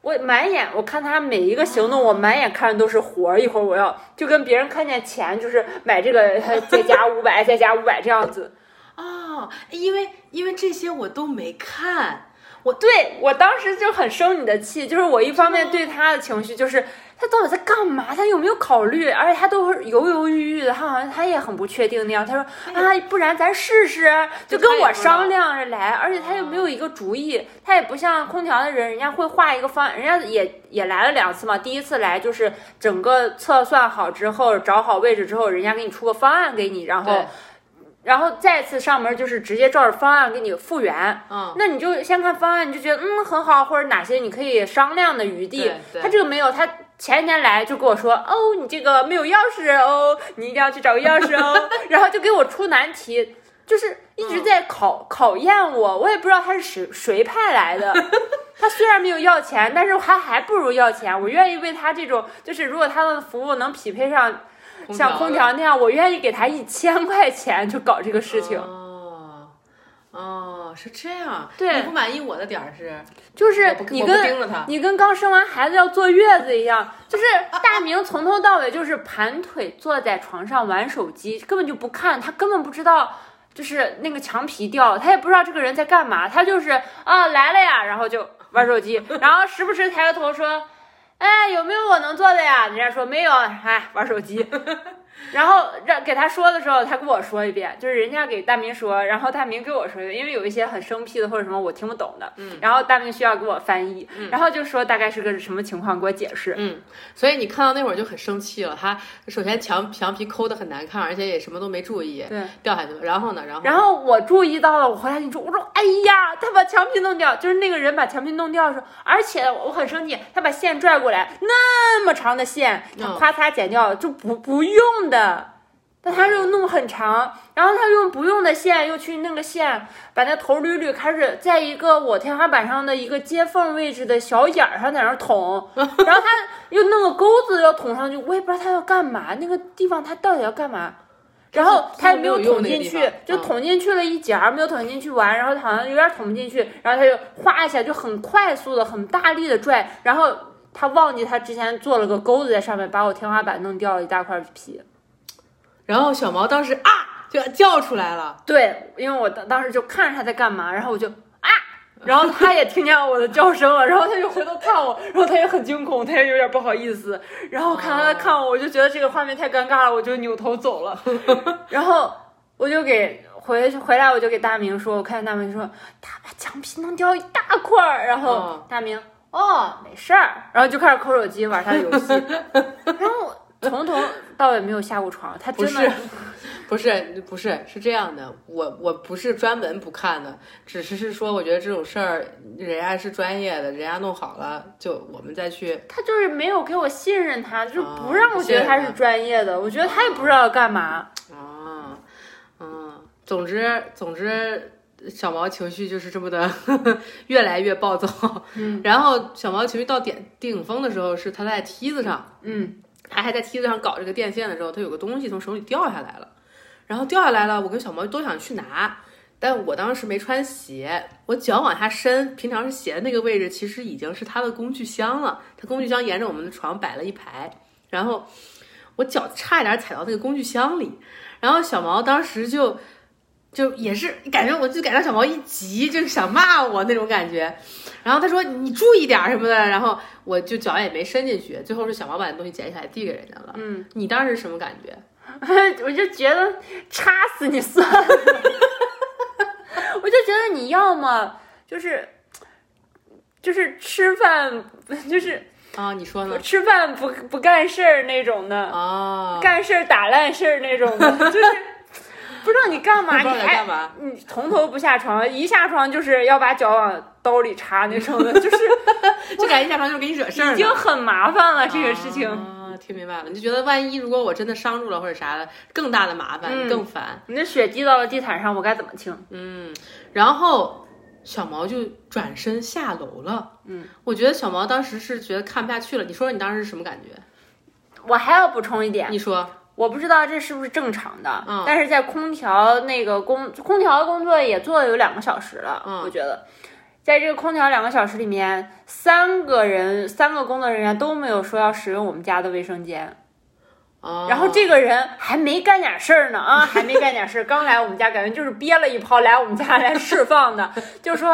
我满眼，我看他每一个行动，我满眼看着都是活儿。一会儿我要就跟别人看见钱，就是买这个，再加五百， 再加五百这样子。哦，因为因为这些我都没看，对我当时就很生你的气，就是我一方面对他的情绪，就是他到底在干嘛，他有没有考虑？而且他都是犹犹豫豫的，他好像他也很不确定那样。他说啊，不然咱试试，啊就跟我商量着来。而且他又没有一个主意，他也不像空调的人，人家会画一个方案，人家也也来了两次嘛。第一次来就是整个测算好之后，找好位置之后，人家给你出个方案给你，然后对然后再次上门就是直接照着方案给你复原。嗯，那你就先看方案，你就觉得嗯很好，或者哪些你可以商量的余地对。对他这个没有，他前一天来就跟我说，哦，你这个没有钥匙哦，你一定要去找个钥 匙哦，然后就给我出难题，就是一嗯直在考、考验我，我也不知道他是谁谁派 来的。他虽然没有要钱，但是他还不如要钱。我愿意为他这种，就是如果他的服务能匹配上像空调那样，我愿意给他一千块钱去搞这个事情。哦哦，是这样。对你不满意我的点儿是？就是我不你我不跟盯着他你跟刚生完孩子要坐月子一样，就是大明从头到尾就是盘腿坐在床上玩手机，根本就不看，他根本不知道。就是那个墙皮掉了，他也不知道这个人在干嘛，他就是啊来了呀，然后就玩手机，然后时不时抬个头说，哎有没有我能做的呀？人家说没有，哎玩手机， 然后让给他说的时候，他跟我说一遍，就是人家给大明说，然后大明给我说一遍，因为有一些很生僻的或者什么我听不懂的，嗯，然后大明需要给我翻译，然后就说大概是个什么情况，给我解释。嗯，所以你看到那会儿就很生气了。他首先墙墙皮抠的很难看，而且也什么都没注意，对，掉下去了。然后呢，然后然后我注意到了，我回来跟你说，我说哎呀，他把墙皮弄掉，就是那个人把墙皮弄掉的时候，而且我很生气，他把线拽过来，那么长的线，他嗯咔嚓剪掉了，就不不用的。但他又弄很长，然后他用不用的线又去那个线，把那头捋捋，开始在一个我天花板上的一个接缝位置的小眼儿上在那儿捅，然后他又弄个钩子要捅上去，我也不知道他要干嘛，那个地方他到底要干嘛？然后他也没有捅进去，就捅进去了一截儿，没有捅进去完，然后好像有点捅不进去，然后他就哗一下就很快速的、很大力的拽，然后他忘记他之前做了个钩子在上面，把我天花板弄掉了一大块皮。然后小毛当时啊就叫出来了，对，因为我当当时就看着他在干嘛，然后我就啊，然后他也听见我的叫声了，然后他就回头看我，然后他也很惊恐，他也有点不好意思，然后看他看我，我就觉得这个画面太尴尬了，我就扭头走了， 然后我就给。回去回来我就给大明说，我看见大明说他把墙皮弄掉一大块儿，然后嗯大明、哦没事儿，然后就开始抠手机玩他的游戏，然后我从头到尾没有下过床，他真不的是不是不是是这样的，我我不是专门不看的，只是是说我觉得这种事儿人家是专业的，人家弄好了就我们再去。他就是没有给我信任他，就是啊不让我觉得他是专业的，我觉得他也不知道要干嘛。啊，嗯，总之总之，小毛情绪就是这么的 越来越暴躁。嗯，然后小毛情绪到点顶峰的时候，是他在梯子上，嗯， 他还在梯子上搞这个电线的时候，他有个东西从手里掉下来了，然后掉下来了，我跟小毛都想去拿。但我当时没穿鞋，我脚往下伸，平常是鞋的那个位置，其实已经是他的工具箱了。他工具箱沿着我们的床摆了一排，然后我脚差一点踩到那个工具箱里，然后小毛当时就就也是感觉，我就感觉小毛一急就是想骂我那种感觉，然后他说你注意点儿什么的，然后我就脚也没伸进去，最后是小毛把东西捡起来递给人家了。嗯，你当时什么感觉？我就觉得插死你算了， 我就觉得你要么就是就是吃饭就是啊，你说呢？吃饭不不干事儿那种的，啊，干事儿打烂事儿那种的，就是不知道你干嘛， 不知你道在还干嘛？你从头不下床，一下床就是要把脚往兜里插那种的，就是就感觉一下床就是给你惹事儿 已呢，经很麻烦了这个事情。啊，听明白了，你就觉得万一如果我真的伤住了或者啥的，更大的麻烦，嗯更烦。你的血滴到了地毯上，我该怎么清？嗯，然后小毛就转身下楼了。嗯，我觉得小毛当时是觉得看不下去了。你说你当时是什么感觉？我还要补充一点，你说，我不知道这是不是正常的，嗯但是在空调那个工空调工作也做了有两个小时了，嗯我觉得。在这个空调两个小时里面，三个人三个工作人员都没有说要使用我们家的卫生间，哦，然后这个人还没干点事儿呢啊，还没干点事儿，刚来我们家感觉就是憋了一泡来我们家来释放 的，就说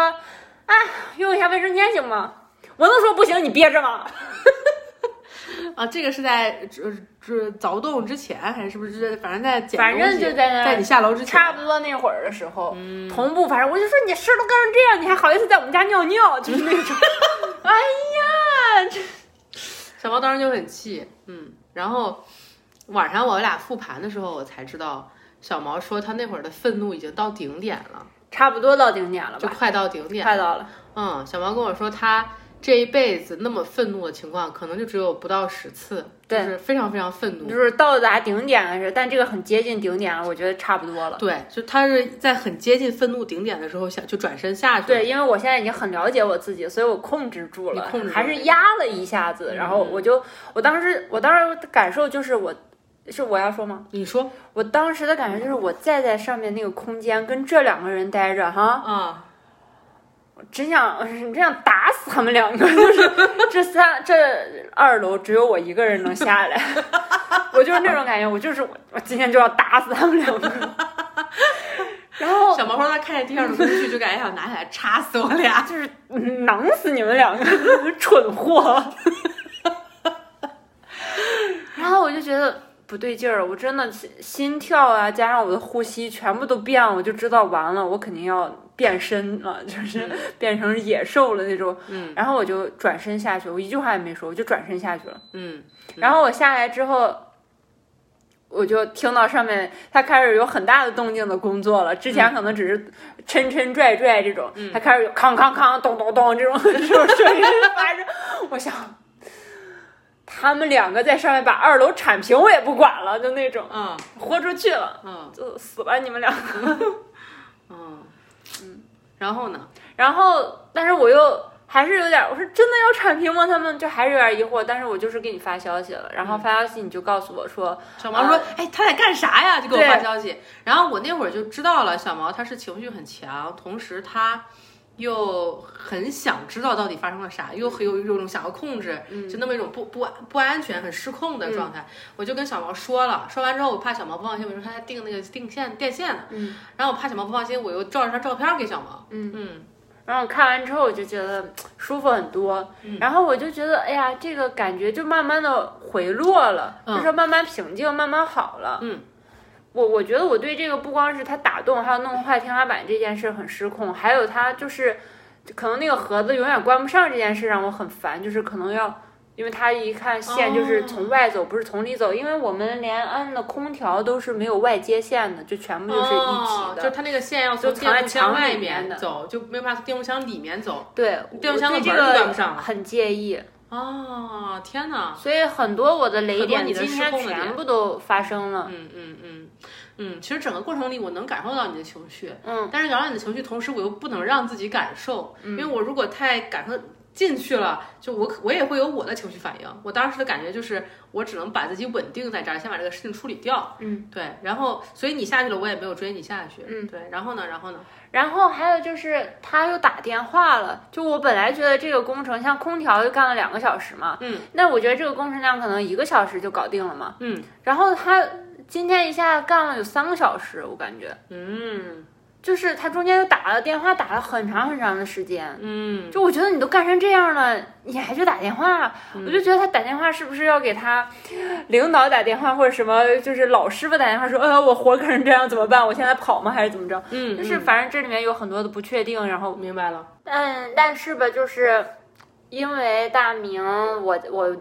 啊，用一下卫生间行吗？我能说不行，你憋着吗？啊，这个是在这这凿洞之前还是是不是？反正在捡反正东西就在那儿在你下楼之前， 差不多那会儿的时候，嗯同步，反正我就说你事儿都干成这样，你还好意思在我们家尿尿， 就是那种，哎呀，这小毛当时就很气，嗯，然后晚上我俩复盘的时候，我才知道小毛说他那会儿的愤怒已经到顶点了，差不多到顶点了就吧，快到顶点了。快到了。嗯，小毛跟我说，他这一辈子那么愤怒的情况，可能就只有不到十次，就对是非常非常愤怒就。是到达顶点了是，但这个很接近顶点了，我觉得差不多了。对，就他是在很接近愤怒顶点的时候，想就转身下去。，对，因为我现在已经很了解我自己，所以我控制住嗯你了，控制住嗯还是压了一下子，然后我就，我当时，我当时的感受就是我，是我要说吗？你说我当时的感觉就是我再在上面那个空间跟这两个人待着哈，啊，我真想， 真想打死他们两个，就是 这三这二楼只有我一个人能下来， 我就是那种感觉，我就是我，我今天就要打死他们两个， 然后小毛说他看见地上的工具，就感觉想拿起来插死我俩。 就是囊死你们两个蠢货。然后我就觉得不对劲儿，我真的心心跳啊，加上我的呼吸全部都变了，我就知道完了，我肯定要变身了，就是变成野兽了那种。嗯然后我就转身下去，我一句话也没说，我就转身下去了。嗯然后我下来之后，我就听到上面他开始有很大的动静的工作了。之前可能只是抻抻拽拽这种，他开始有哐哐哐、咚咚咚这种 这种声音发生。我想，他们两个在上面把二楼铲平，我也不管了，就那种嗯豁出去了，嗯就死吧你们俩。 嗯嗯，然后呢？然后，但是我又还是有点，我说真的要铲平吗？他们就还是有点疑惑。但是我就是给你发消息了，然后发消息你就告诉我说，小毛说：“哎，他在干啥呀？”就给我啊对发消息。然后我那会儿就知道了，小毛他是情绪很强，同时他又很想知道到底发生了啥，又很有一种想要控制，嗯就那么一种不不安不安全、很失控的状态。我就跟小毛说了，说完之后我怕小毛不放心，我说他在定那个定线电线呢。嗯然后我怕小毛不放心，我又照了张照片给小毛。嗯嗯然后我看完之后，我就觉得嗯舒服很多，嗯然后我就觉得，哎呀，这个感觉就慢慢的回落了，嗯就是慢慢平静，慢慢好了。嗯，我我觉得我对这个不光是它打洞，还有弄坏天花板这件事很失控，还有它就是可能那个盒子永远关不上这件事让我很烦，就是可能要。因为它一看线就是从外走，不是从里走。因为我们连安的空调都是没有外接线的，就全部就是一哦体就的。他那个线要从就藏在电路箱墙里外面面的走，就没有办法从电路箱里面走。对，电路箱我的对这门儿都关不个上了很介意。哦，天哪！所以很多我的雷很多点你的今失天控的点全部都发生了。嗯嗯嗯嗯，其实整个过程里我能感受到你的情绪，嗯，但是聊到你的情绪，同时我又不能让自己感受，因为我如果太感受进去了，就我可我也会有我的情绪反应。我当时的感觉就是，我只能把自己稳定在这儿，先把这个事情处理掉。嗯，对，然后所以你下去了，我也没有追你下去。嗯，对，然后呢，然后呢？然后还有就是他又打电话了，就我本来觉得这个工程像空调就干了两个小时嘛，嗯，那我觉得这个工程量可能一个小时就搞定了嘛，嗯，然后他今天一下干了有三个小时，我感觉嗯就是他中间又打了电话，打了很长很长的时间。嗯，就我觉得你都干成这样了，你还去打电话，嗯我就觉得他打电话是不是要给他领导打电话或者什么，就是老师傅打电话说，哎呀，我活干成这样怎么办？我现在跑吗？还是怎么着？嗯，就是反正这里面有很多的不确定，然后嗯明白了。但但是吧，就是因为大明，我我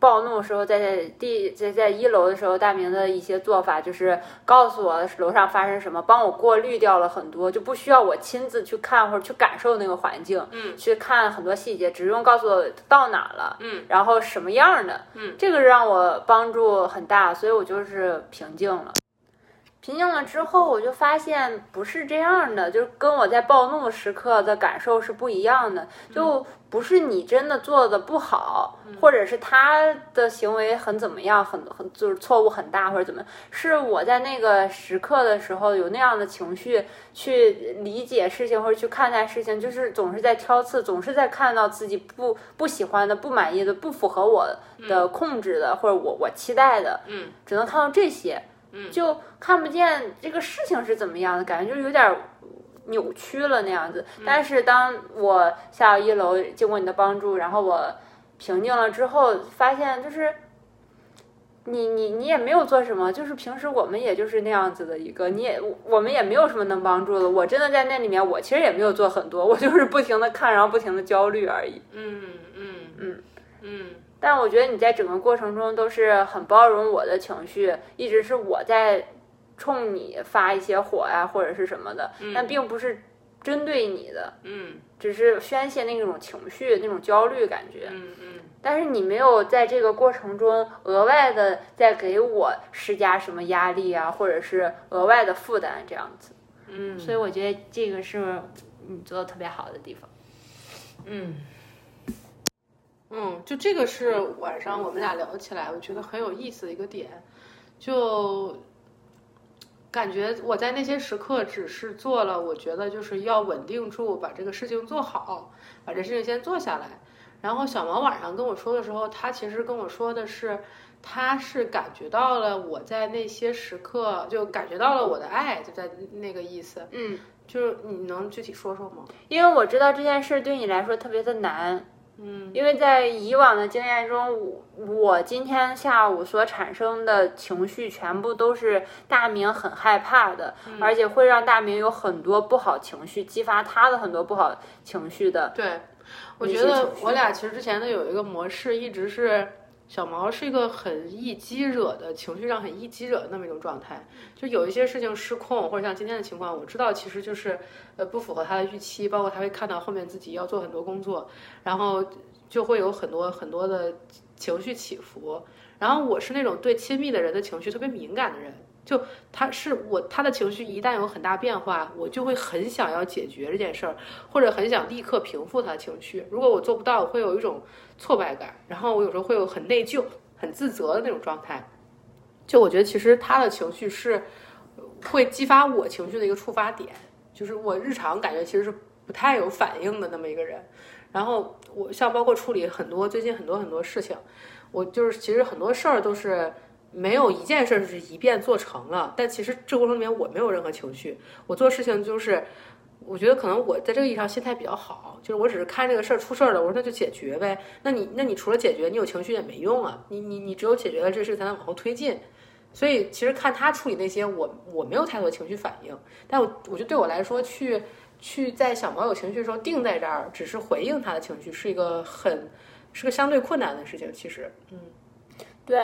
暴怒的时候在，在第在在一楼的时候，大明的一些做法就是告诉我楼上发生什么，帮我过滤掉了很多，就不需要我亲自去看或者去感受那个环境，嗯，去看很多细节，只用告诉我到哪了，嗯，然后什么样的，嗯，这个让我帮助很大，所以我就是平静了。平静了之后，我就发现不是这样的，就是跟我在暴怒时刻的感受是不一样的，就不是你真的做的不好，或者是他的行为很怎么样，很很就是错误很大或者怎么样，是我在那个时刻的时候有那样的情绪去理解事情或者去看待事情，就是总是在挑刺，总是在看到自己不不喜欢的、不满意的、不符合我的控制的，或者我我期待的，嗯，只能看到这些，嗯就看不见这个事情是怎么样的，感觉就有点扭曲了那样子。但是当我下到一楼，经过你的帮助，然后我平静了之后，发现就是。你你你也没有做什么，就是平时我们也就是那样子的一个，你也我我们也没有什么能帮助的。我真的在那里面，我其实也没有做很多，我就是不停的看，然后不停的焦虑而已。嗯嗯嗯嗯但我觉得你在整个过程中都是很包容我的情绪，一直是我在冲你发一些火呀、或者是什么的，但并不是针对你的，嗯只是宣泄那种情绪、那种焦虑感觉。嗯嗯，但是你没有在这个过程中额外的再给我施加什么压力啊，或者是额外的负担这样子。嗯，所以我觉得这个是你做的特别好的地方。嗯，就这个是晚上我们俩聊起来，我觉得很有意思的一个点，就感觉我在那些时刻只是做了，我觉得就是要稳定住，把这个事情做好，把这事情先做下来。然后小毛晚上跟我说的时候，他其实跟我说的是，他是感觉到了我在那些时刻就感觉到了我的爱，就在那个意思。嗯，就是你能具体说说吗？因为我知道这件事对你来说特别的难。嗯，因为在以往的经验中，我我今天下午所产生的情绪全部都是大明很害怕的，而且会让大明有很多不好情绪，激发他的很多不好情绪的。对，我一觉些得情绪我俩其实之前的有一个模式，一直是小毛是一个很易激惹的情绪上很易激惹的那么一种状态，就有一些事情失控，或者像今天的情况，我知道其实就是呃不符合他的预期，包括他会看到后面自己要做很多工作，然后就会有很多很多的情绪起伏。然后我是那种对亲密的人的情绪特别敏感的人。就他是我，他的情绪一旦有很大变化，我就会很想要解决这件事儿，或者很想立刻平复他的情绪。如果我做不到，我会有一种挫败感，然后我有时候会有很内疚、很自责的那种状态。就我觉得，其实他的情绪是会激发我情绪的一个触发点，就是我日常感觉其实是不太有反应的那么一个人。然后我像包括处理很多最近很多很多事情，我就是其实很多事儿都是没有一件事儿是一遍做成了，但其实这个过程里面我没有任何情绪，我做事情就是我觉得可能我在这个意义上心态比较好，就是我只是看这个事儿出事儿了，我说那就解决呗。那你那你除了解决，你有情绪也没用啊。你你你只有解决了这事才能往后推进。所以其实看他处理那些，我我没有太多情绪反应，但我我觉得对我来说，去去在小毛有情绪的时候定在这儿，只是回应他的情绪，是一个很是个相对困难的事情。其实，对，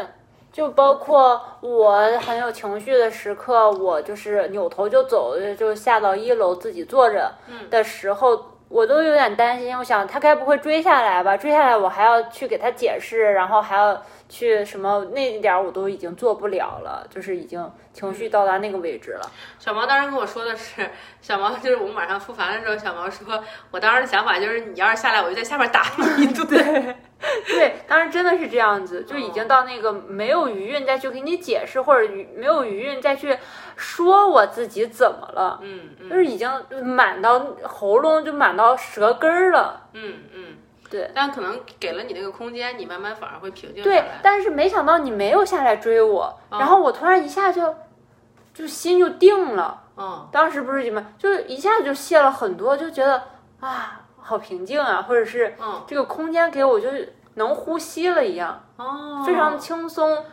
就包括我很有情绪的时刻，我就是扭头就走，就下到一楼自己坐着的时候。我都有点担心，我想他该不会追下来吧？追下来我还要去给他解释，然后还要去什么那一点儿我都已经做不了了，就是已经情绪到达那个位置了。小毛当时跟我说的是，小毛就是我们晚上复盘的时候，小毛说，我当时的想法就是，你要是下来，我就在下面打你一顿。对，当然真的是这样子，就已经到那个没有余韵再去给你解释，或者余没有余韵再去说我自己怎么了。嗯嗯就是已经满到喉咙，就满到舌根儿了。嗯嗯，对。但可能给了你那个空间，你慢慢反而会平静下对来，。但是没想到你没有下来追我，嗯然后我突然一下就，就心就定了。嗯当时不是什么，就是一下就卸了很多，就觉得啊，好平静啊，或者是嗯这个空间给我就能呼吸了一样，哦，非常轻松。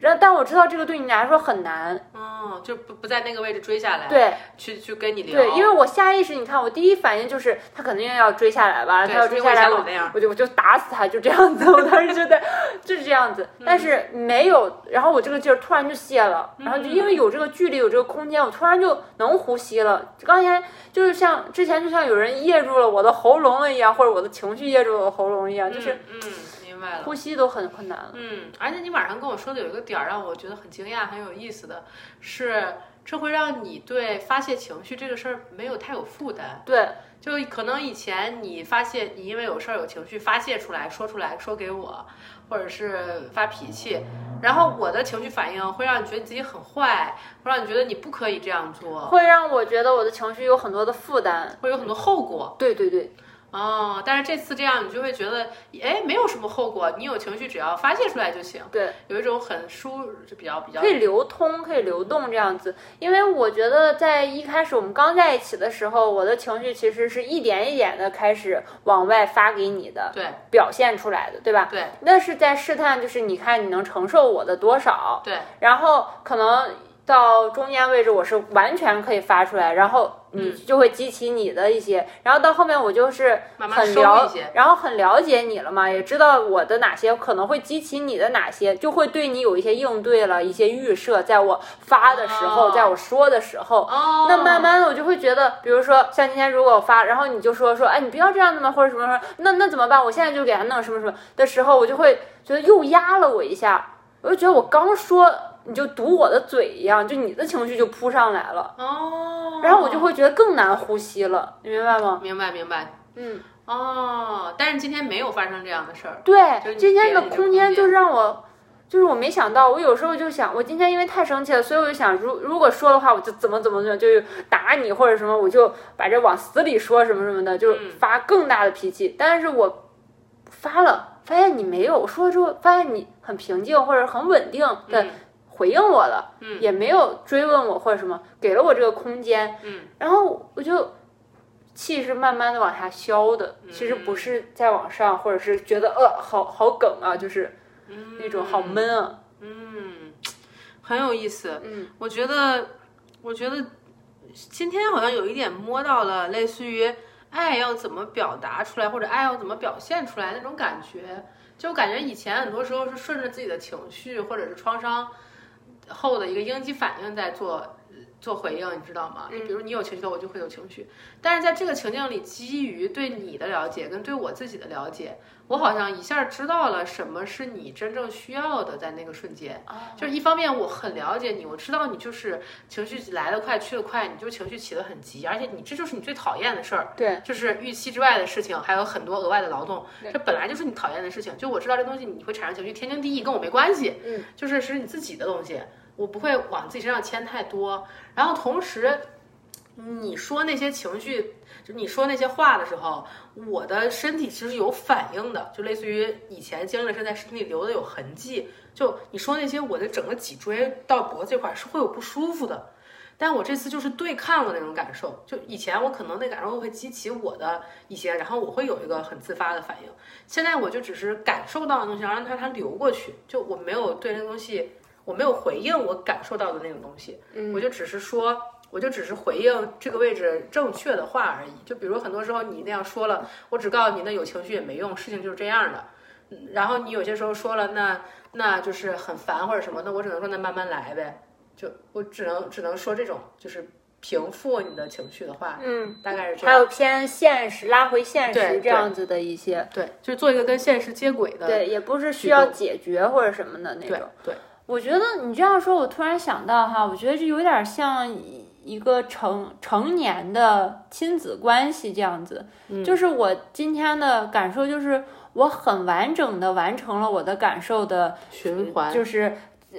然后，但我知道这个对你来说很难，哦，就不不在那个位置追下来，，对去去跟你聊。对，因为我下意识，你看我第一反应就是他肯定要追下来吧，他对要追下来所以我也我想老那样我就我就打死他，就这样子。我当时觉得就是这样嗯子， 但是没有，然后我这个劲儿突然就泄了，然嗯后就因为有这个距离，有这个空间，我突然就能呼吸了。刚才就是像之前就像有人噎住了我的喉咙了一样，或者我的情绪噎住了我的喉咙一样，就是嗯嗯，明白了。呼吸都很困难了。嗯，而且你晚上跟我说的有一个点儿让我觉得很惊讶、很有意思的是，这会让你对发泄情绪这个事儿没有太有负担。对，就可能以前你发泄，你因为有事儿有情绪发泄出来，说出来说给我，或者是发脾气，然后我的情绪反应会让你觉得你自己很坏，会让你觉得你不可以这样做，会让我觉得我的情绪有很多的负担。会有很多后果对对对，哦。但是这次这样，你就会觉得，哎，没有什么后果，你有情绪只要发泄出来就行，对，有一种很舒，就比较比较可以流通，可以流动这样子。因为我觉得在一开始我们刚在一起的时候，我的情绪其实是一点一点的开始往外发给你的，对表现出来的，对吧？对那是在试探，就是你看你能承受我的多少，对然后可能到中间位置我是完全可以发出来，然后你嗯就会激起你的一些，然后到后面我就是慢慢很收了一些，然后很了解你了嘛，也知道我的哪些可能会激起你的哪些，就会对你有一些应对了一些预设，在我发的时候，哦在我说的时候，哦，那慢慢的我就会觉得，比如说像今天如果我发，然后你就说说，哎，你不要这样的嘛，或者什么什么，那那怎么办？我现在就给他弄什么什么的时候，我就会觉得又压了我一下，我就觉得我刚说你就堵我的嘴一样，就你的情绪就扑上来了，哦，然后我就会觉得更难呼吸了，你明白吗？明白明白嗯，哦，但是今天没有发生这样的事儿，就是对，你今天的给你的空间空间就让我。就是我没想到，我有时候就想，我今天因为太生气了，所以我就想，如如果说的话，我就怎么怎么怎么就打你或者什么，我就把这往死里说什么什么的，就嗯发更大的脾气。但是我发了，发现你没有，我说了之后发现你很平静或者很稳定的嗯回应我了，嗯也没有追问我或者什么，给了我这个空间，嗯然后我就气是慢慢的往下消的，嗯其实不是在往上，或者是觉得呃好好梗啊，就是嗯那种好闷啊，嗯，很有意思。嗯，我觉得，我觉得今天好像有一点摸到了类似于爱要怎么表达出来，或者爱要怎么表现出来那种感觉。就感觉以前很多时候是顺着自己的情绪或者是创伤后的一个应激反应在做做回应，你知道吗？就比如你有情绪的，我就会有情绪。嗯但是在这个情境里，基于对你的了解跟对我自己的了解，我好像一下知道了什么是你真正需要的，在那个瞬间。就是一方面我很了解你，我知道你就是情绪来得快去得快，你就情绪起得很急，而且你这就是你最讨厌的事儿，对，就是预期之外的事情，还有很多额外的劳动，这本来就是你讨厌的事情。就我知道这东西你会产生情绪，天经地义，跟我没关系，嗯，就是是你自己的东西，我不会往自己身上牵太多。然后同时，你说那些情绪，就你说那些话的时候，我的身体其实有反应的，就类似于以前经历的是在身体留的有痕迹。就你说那些，我的整个脊椎到脖子这块儿是会有不舒服的。但我这次就是对抗了那种感受，就以前我可能那感受会激起我的一些，然后我会有一个很自发的反应。现在我就只是感受到的东西，然后让它它流过去，就我没有对那个东西，我没有回应我感受到的那种东西，我就只是说，我就只是回应这个位置正确的话而已。就比如很多时候你那样说了，我只告诉你那有情绪也没用，事情就是这样的。嗯然后你有些时候说了，那那就是很烦或者什么，那我只能说那慢慢来呗，就我只能只能说这种就是平复你的情绪的话，嗯，大概是这还样。有偏现实，拉回现实对这样子的一些，对，就是做一个跟现实接轨的对，也不是需举动要解决或者什么的那对种。对，我觉得你这样说，我突然想到哈，我觉得这有点像一一个成成年的亲子关系这样子。就是我今天的感受，就是我很完整的完成了我的感受的，循环，就是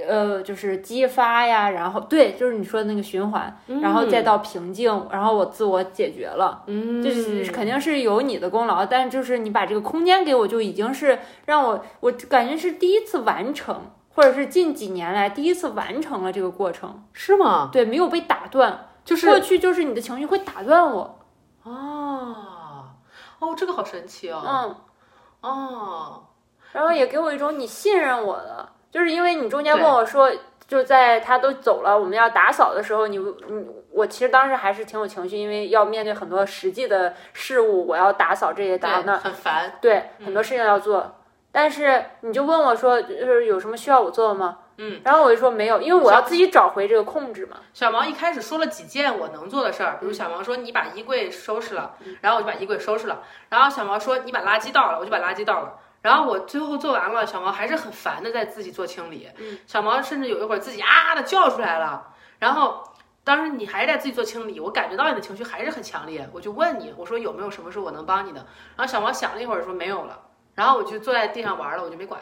呃，就是激发呀，然后对，就是你说的那个循环，然后再到平静，然后我自我解决了。嗯，就是肯定是有你的功劳，但就是你把这个空间给我，就已经是让我我感觉是第一次完成，或者是近几年来第一次完成了这个过程，是吗？对，没有被打断。啊就是过去就是你的情绪会打断我，哦哦，这个好神奇哦，嗯，哦，然后也给我一种你信任我的，就是因为你中间问我说。就在他都走了，我们要打扫的时候，你你我其实当时还是挺有情绪，因为要面对很多实际的事物，我要打扫这些打扫那对，很烦，对，嗯很多事情要做。但是你就问我说，就是有什么需要我做的吗？嗯，然后我就说没有，因为我要自己找回这个控制嘛。小毛一开始说了几件我能做的事儿，比如小毛说你把衣柜收拾了，然后我就把衣柜收拾了，然后小毛说你把垃圾倒了，我就把垃圾倒了。然后我最后做完了，小毛还是很烦的在自己做清理。小毛甚至有一会儿自己啊的叫出来了。然后当时你还是在自己做清理，我感觉到你的情绪还是很强烈，我就问你，我说有没有什么是我能帮你的？然后小毛想了一会儿说没有了，然后我就坐在地上玩了，我就没管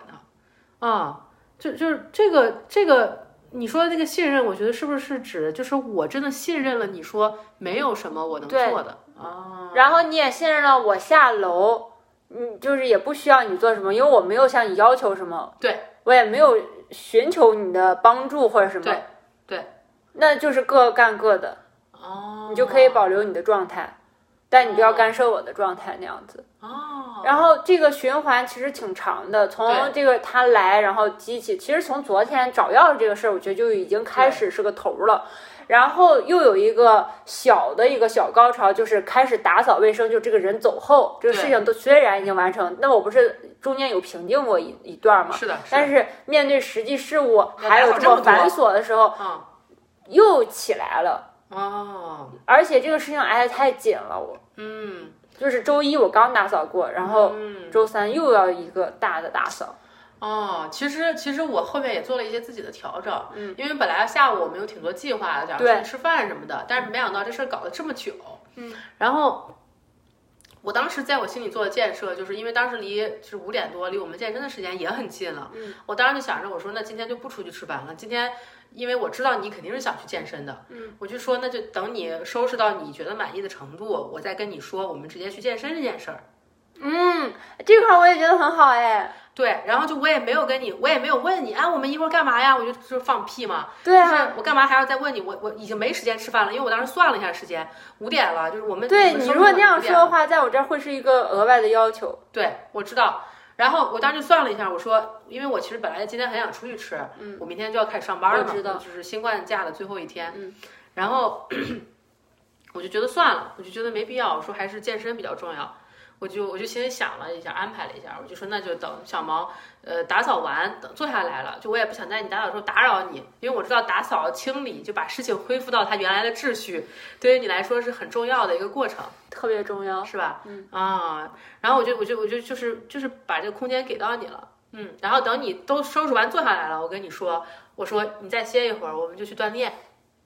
他。啊，就就是这个这个你说的那个信任，我觉得是不是指就是我真的信任了你说没有什么我能对做的啊？然后你也信任了我下楼，嗯，就是也不需要你做什么，因为我没有向你要求什么，对我也没有寻求你的帮助或者什么。对对，那就是各干各的，哦，你就可以保留你的状态。但你不要干涉我的状态那样子。哦，然后这个循环其实挺长的，从对这个他来，然后激起，其实从昨天找钥匙这个事儿，我觉得就已经开始是个头儿了。然后又有一个小的一个小高潮，就是开始打扫卫生，就这个人走后，这个对事情都虽然已经完成，那我不是中间有平静过一一段吗？是的，但是是面对实际事物要还有打扫这这么么多繁琐的时候，嗯又起来了，的哦，而且这个事情挨得太紧了，我嗯就是周一我刚打扫过，然后嗯周三又要一个大的打扫。哦，其实其实我后面也做了一些自己的调整，嗯，因为本来下午我们有挺多计划的，想出对去吃饭什么的，但是没想到这事儿搞了这么久，嗯，然后。我当时在我心里做的建设，就是因为当时离就是五点多，离我们健身的时间也很近了。嗯，我当时就想着，我说那今天就不出去吃饭了。今天，因为我知道你肯定是想去健身的，嗯，我就说那就等你收拾到你觉得满意的程度，我再跟你说，我们直接去健身这件事儿。嗯，这块儿我也觉得很好哎。对，然后就我也没有跟你，我也没有问你，哎，我们一会儿干嘛呀？我就就是放屁嘛。对就啊，是我干嘛还要再问你？我我已经没时间吃饭了，因为我当时算了一下时间，五点了，就是我们对我们你生如果活那样五说点的话，在我这儿会是一个额外的要求。对，我知道。然后我当时就算了一下，我说，因为我其实本来今天很想出去吃，嗯，我明天就要开始上班了嘛，我知道就是新冠假的最后一天，嗯，然后我就觉得算了，我就觉得没必要，我说还是健身比较重要，我就我就心里想了一下，安排了一下，我就说那就等小毛呃打扫完，等坐下来了，就我也不想在你打扫的时候打扰你，因为我知道打扫清理就把事情恢复到它原来的秩序，对于你来说是很重要的一个过程。特别重要，是吧？嗯啊，然后我就我就我就就是就是把这个空间给到你了，嗯，然后等你都收拾完坐下来了，我跟你说，我说你再歇一会儿，我们就去锻炼，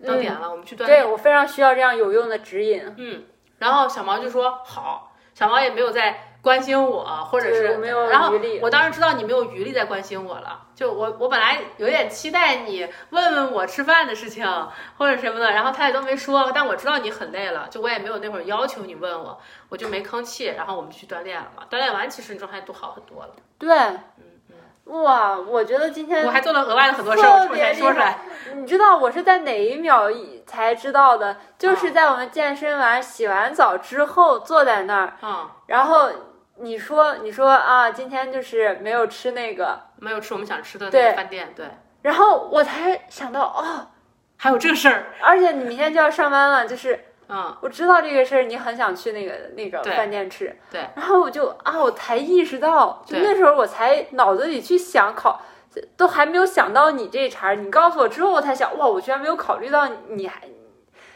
到点了、我们去锻炼，嗯对我非常需要这样有用的指引。嗯，然后小毛就说好，小毛也没有在关心我，或者对是我没有然后余力我当时知道你没有余力在关心我了，就我我本来有点期待你问问我吃饭的事情或者什么的，然后他也都没说，但我知道你很累了，就我也没有那会儿要求你问我，我就没吭气，然后我们就去锻炼了嘛，锻炼完其实你状态都好很多了，嗯对，哇，我觉得今天我还做了额外的很多事儿，我特这会儿别才厉说出来害，。你知道我是在哪一秒一才知道的？啊就是在我们健身完、洗完澡之后，坐在那儿，嗯，然后你说你说啊，今天就是没有吃那个，没有吃我们想吃的那对个饭店，对，然后我才想到哦，还有这事儿， 而且你明天就要上班了，就是嗯，我知道这个事儿，你很想去那个那个对饭店吃，对然后我就啊，我才意识到，就对那时候我才脑子里去想考，都还没有想到你这茬儿，你告诉我之后，我才想，哇，我居然没有考虑到你还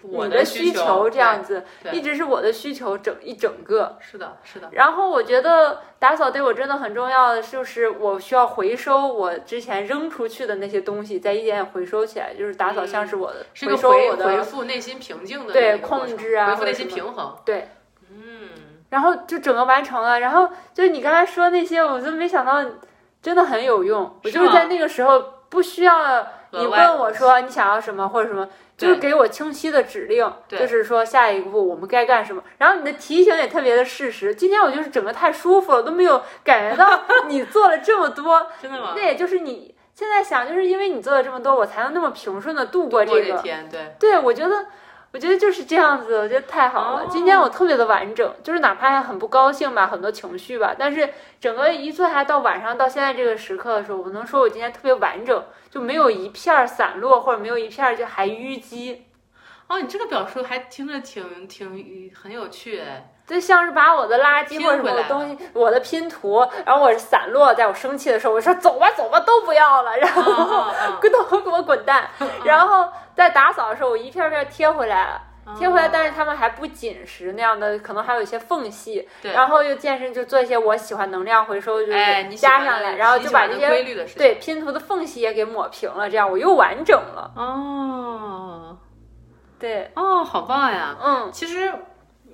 我你的需求这样对子，对一直是我的需求整一整个。是的，是的。然后我觉得打扫对我真的很重要的，就是我需要回收我之前扔出去的那些东西，再一点点回收起来。就是打扫像是我的、嗯是一个收回我回的，复内心平静的对那个过程控制啊回复或者内心什么平衡。对，嗯，然后就整个完成了。然后就是你刚才说那些，我都没想到，真的很有用。我是就是吗在那个时候不需要你额外问我说你想要什么或者什么，就是对给我清晰的指令，对就是说下一步我们该干什么。然后你的提醒也特别的适时。今天我就是整个太舒服了，都没有感觉到你做了这么 多。真的吗？那也就是你现在想，就是因为你做了这么多，我才能那么平顺的度过过这这个。天，对，对，我觉得，我觉得就是这样子，我觉得太好了。哦今天我特别的完整，就是哪怕很不高兴吧，很多情绪吧，但是整个一坐下来到晚上到现在这个时刻的时候，我能说我今天特别完整，就没有一片儿散落，或者没有一片儿就还淤积。哦，你这个表述还听着挺挺很有趣 哎。就像是把我的垃圾拼或者什回么来东西，我的拼图，然后我是散落在我生气的时候，我说走吧走吧都不要了，然哦后 哦给我给我滚蛋。嗯然后在打扫的时候，我一片片贴回来了。哦贴回来，但是它们还不紧实那样的，可能还有一些缝隙。对然后又健身，就做一些我喜欢能量回收，就是哎，你喜加欢上的来，然后你就喜把欢这的些规律的事情。对拼图的缝隙也给抹平了，这样我又完整了。哦对，哦，好棒呀！嗯其实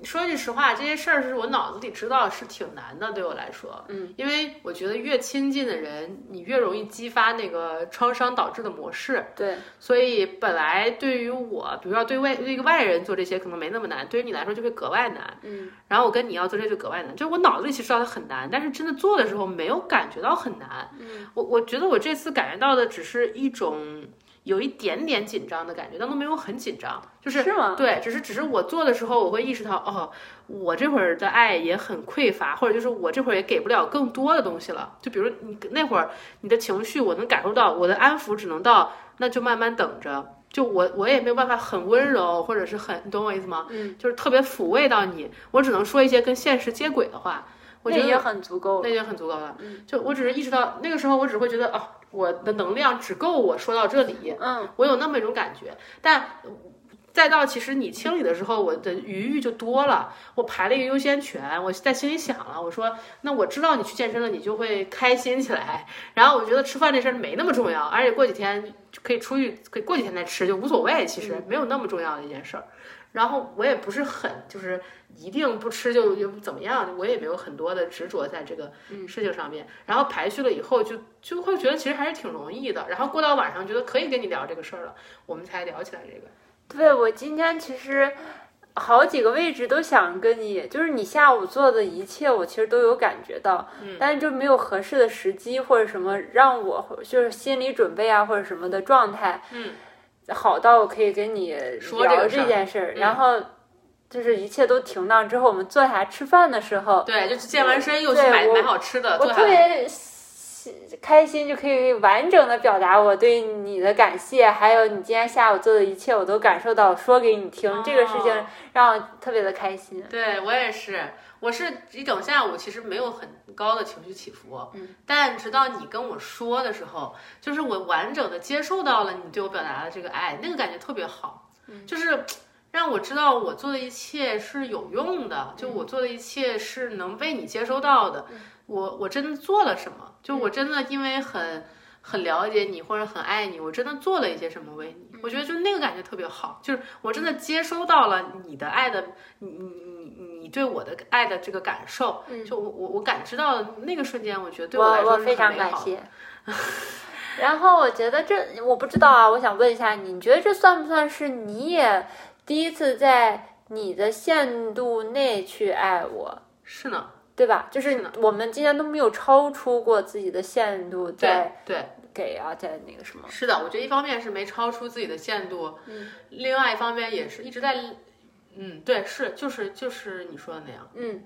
说句实话，这些事儿是我脑子里知道是挺难的，对我来说，嗯，因为我觉得越亲近的人，你越容易激发那个创伤导致的模式。对，所以本来对于我，比如说对外对一个外人做这些可能没那么难，对于你来说就会格外难。嗯然后我跟你要做这就格外难，就是我脑子里其实知道它很难，但是真的做的时候没有感觉到很难。嗯我我觉得我这次感觉到的只是一种。有一点点紧张的感觉，但都没有很紧张，就是是吗？对，只是只是我做的时候，我会意识到，哦，我这会儿的爱也很匮乏，或者就是我这会儿也给不了更多的东西了。就比如你那会儿你的情绪，我能感受到，我的安抚只能到，那就慢慢等着。就我我也没有办法很温柔，或者是很，你懂我意思吗？嗯，就是特别抚慰到你，我只能说一些跟现实接轨的话。我觉那得也很足够了。嗯那就很足够了。就我只是意识到那个时候，我只会觉得哦，我的能量只够我说到这里，嗯，我有那么一种感觉。但再到其实你清理的时候，我的余裕就多了，我排了一个优先权，我在心里想了，我说那我知道你去健身了，你就会开心起来。然后我觉得吃饭这事儿没那么重要，而且过几天就可以出去，可以过几天再吃就无所谓，其嗯实没有那么重要的一件事儿。然后我也不是很就是一定不吃就就怎么样，我也没有很多的执着在这个嗯事情上面。然后排序了以后就，就会觉得其实还是挺容易的。然后过到晚上觉得可以跟你聊这个事儿了，我们才聊起来这个。对我今天其实好几个位置都想跟你，就是你下午做的一切，我其实都有感觉到，嗯但是就没有合适的时机或者什么让我就是心理准备啊或者什么的状态，嗯，好到我可以跟你说这个聊事儿这件事儿，嗯然后就是一切都停当之后，我们坐下来吃饭的时候，对，就是健完身又去对买我买好吃的，我做下特来。别喜开心，就可以完整的表达我对你的感谢，还有你今天下午做的一切，我都感受到，说给你听。哦这个事情让我特别的开心。对我也是，我是一整下午其实没有很高的情绪起伏，嗯，但直到你跟我说的时候，就是我完整的接受到了你对我表达的这个爱，那个感觉特别好，嗯，就是让我知道我做的一切是有用的，就我做的一切是能被你接收到的，我我真的做了什么，就嗯我真的因为很。很了解你或者很爱你，我真的做了一些什么为你，嗯我觉得就那个感觉特别好，就是我真的接收到了你的爱的你你你你对我的爱的这个感受，就我我我感知到的那个瞬间，我觉得对我来说我是嗯非常很美感好的。谢。 然后我觉得这我不知道啊，我想问一下你，你觉得这算不算是你也第一次在你的限度内去爱我，是呢，对吧？就是是的我们今天都没有超出过自己的限度，对在对，给啊，在那个什么。是的，我觉得一方面是没超出自己的限度，嗯另外一方面也是一直在，嗯，对，是就是就是你说的那样。嗯，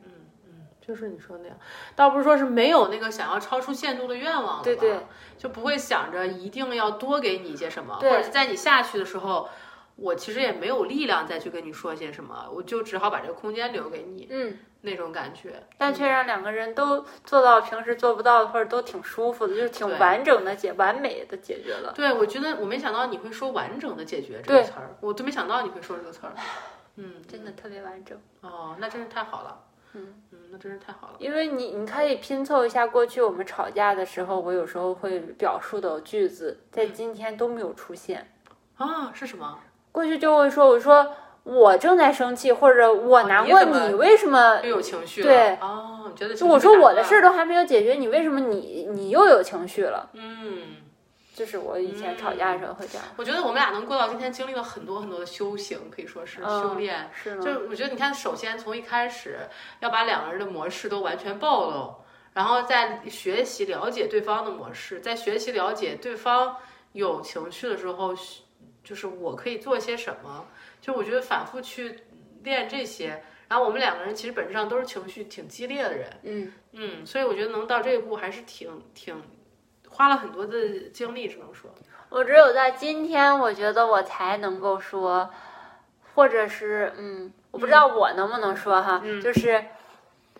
就是你说那样，倒不是说是没有那个想要超出限度的愿望了，对对，就不会想着一定要多给你一些什么，或对者是在你下去的时候，我其实也没有力量再去跟你说些什么，我就只好把这个空间留给你嗯，那种感觉。但却让两个人都做到平时做不到的，或者都挺舒服的，就是挺对完整的解完美的解决了。对，我觉得我没想到你会说“完整的解决”这个对词儿，我都没想到你会说这个词儿。嗯，真的特别完整，哦，那真是太好了。嗯嗯，那真是太好了。因为你你可以拼凑一下过去我们吵架的时候，我有时候会表述的句子，在今天都没有出现。啊，是什么？过去就会说，我说我正在生气，或者我哦难你过，怎么你为什么又有情绪了。呃对哦，你觉得就我说我的事儿。儿都还没有解决，你为什么你你又有情绪了？嗯。就是我以前吵架的时候会这样，我觉得我们俩能过到今天，经历了很多很多的修行，可以说是嗯修炼。是就吗？是我觉得，你看，首先从一开始要把两个人的模式都完全暴露，然后再学习了解对方的模式，在学习了解对方有情绪的时候，就是我可以做些什么。就我觉得反复去练这些，然后我们两个人其实本质上都是情绪挺激烈的人，嗯，嗯，所以我觉得能到这一步还是挺挺花了很多的精力，只能说，我只有在今天，我觉得我才能够说，或者是嗯，我不知道我能不能说哈，就是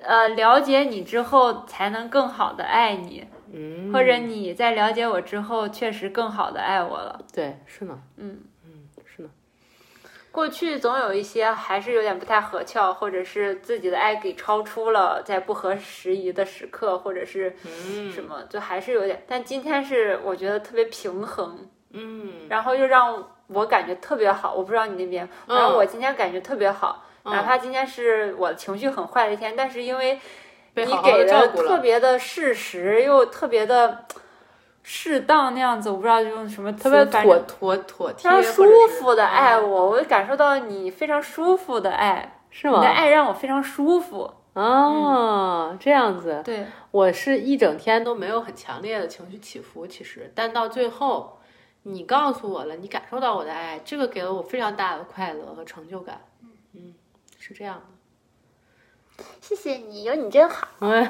呃，了解你之后才能更好的爱你，嗯或者你在了解我之后，确实更好的爱我了。对，是呢，嗯嗯，是呢，过去总有一些还是有点不太合窍，或者是自己的爱给超出了，在不合时宜的时刻，或者是嗯什么，就还是有点。但今天是我觉得特别平衡，嗯，然后又让我感觉特别好，我不知道你那边，嗯然后我今天感觉特别好，哪怕今天是我情绪很坏的一天，但是因为被你好好给的的照顾特了，别的适时又特别的适当那样子，我不知道用什么词，特别反妥正妥妥非帖，常或者舒是服的爱嗯我，我感受到你非常舒服的爱，是你的爱嗯让我非常舒服。哦，这样子，对，我是一整天都没有很强烈的情绪起伏，其实，但到最后，你告诉我了，你感受到我的爱，这个给了我非常大的快乐和成就感。嗯，是这样的。谢谢你，有你真好，嗯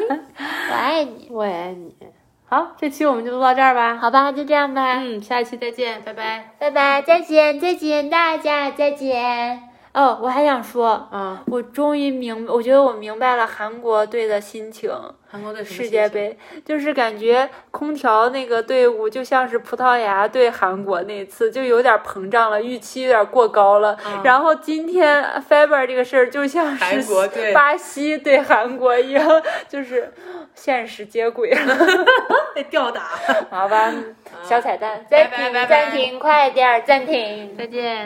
我爱你。我也爱你。好，这期我们就录到这儿吧。好吧，就这样吧，嗯，下一期再见，拜拜。拜拜，再见，再见，大家再见。哦，我还想说，嗯，我终于明，我觉得我明白了韩国队的心情。韩 国队什么世心界情，杯就是感觉空调那个队伍就像是葡萄牙对韩国那次，就有点膨胀了，预期有点过高了。嗯然后今天 Faber 这个事儿就像韩国队是巴西对韩国一样，就是现实接轨了。被吊打。 好吧，小彩蛋，暂拜拜停，拜拜暂停，快点儿暂停。再见。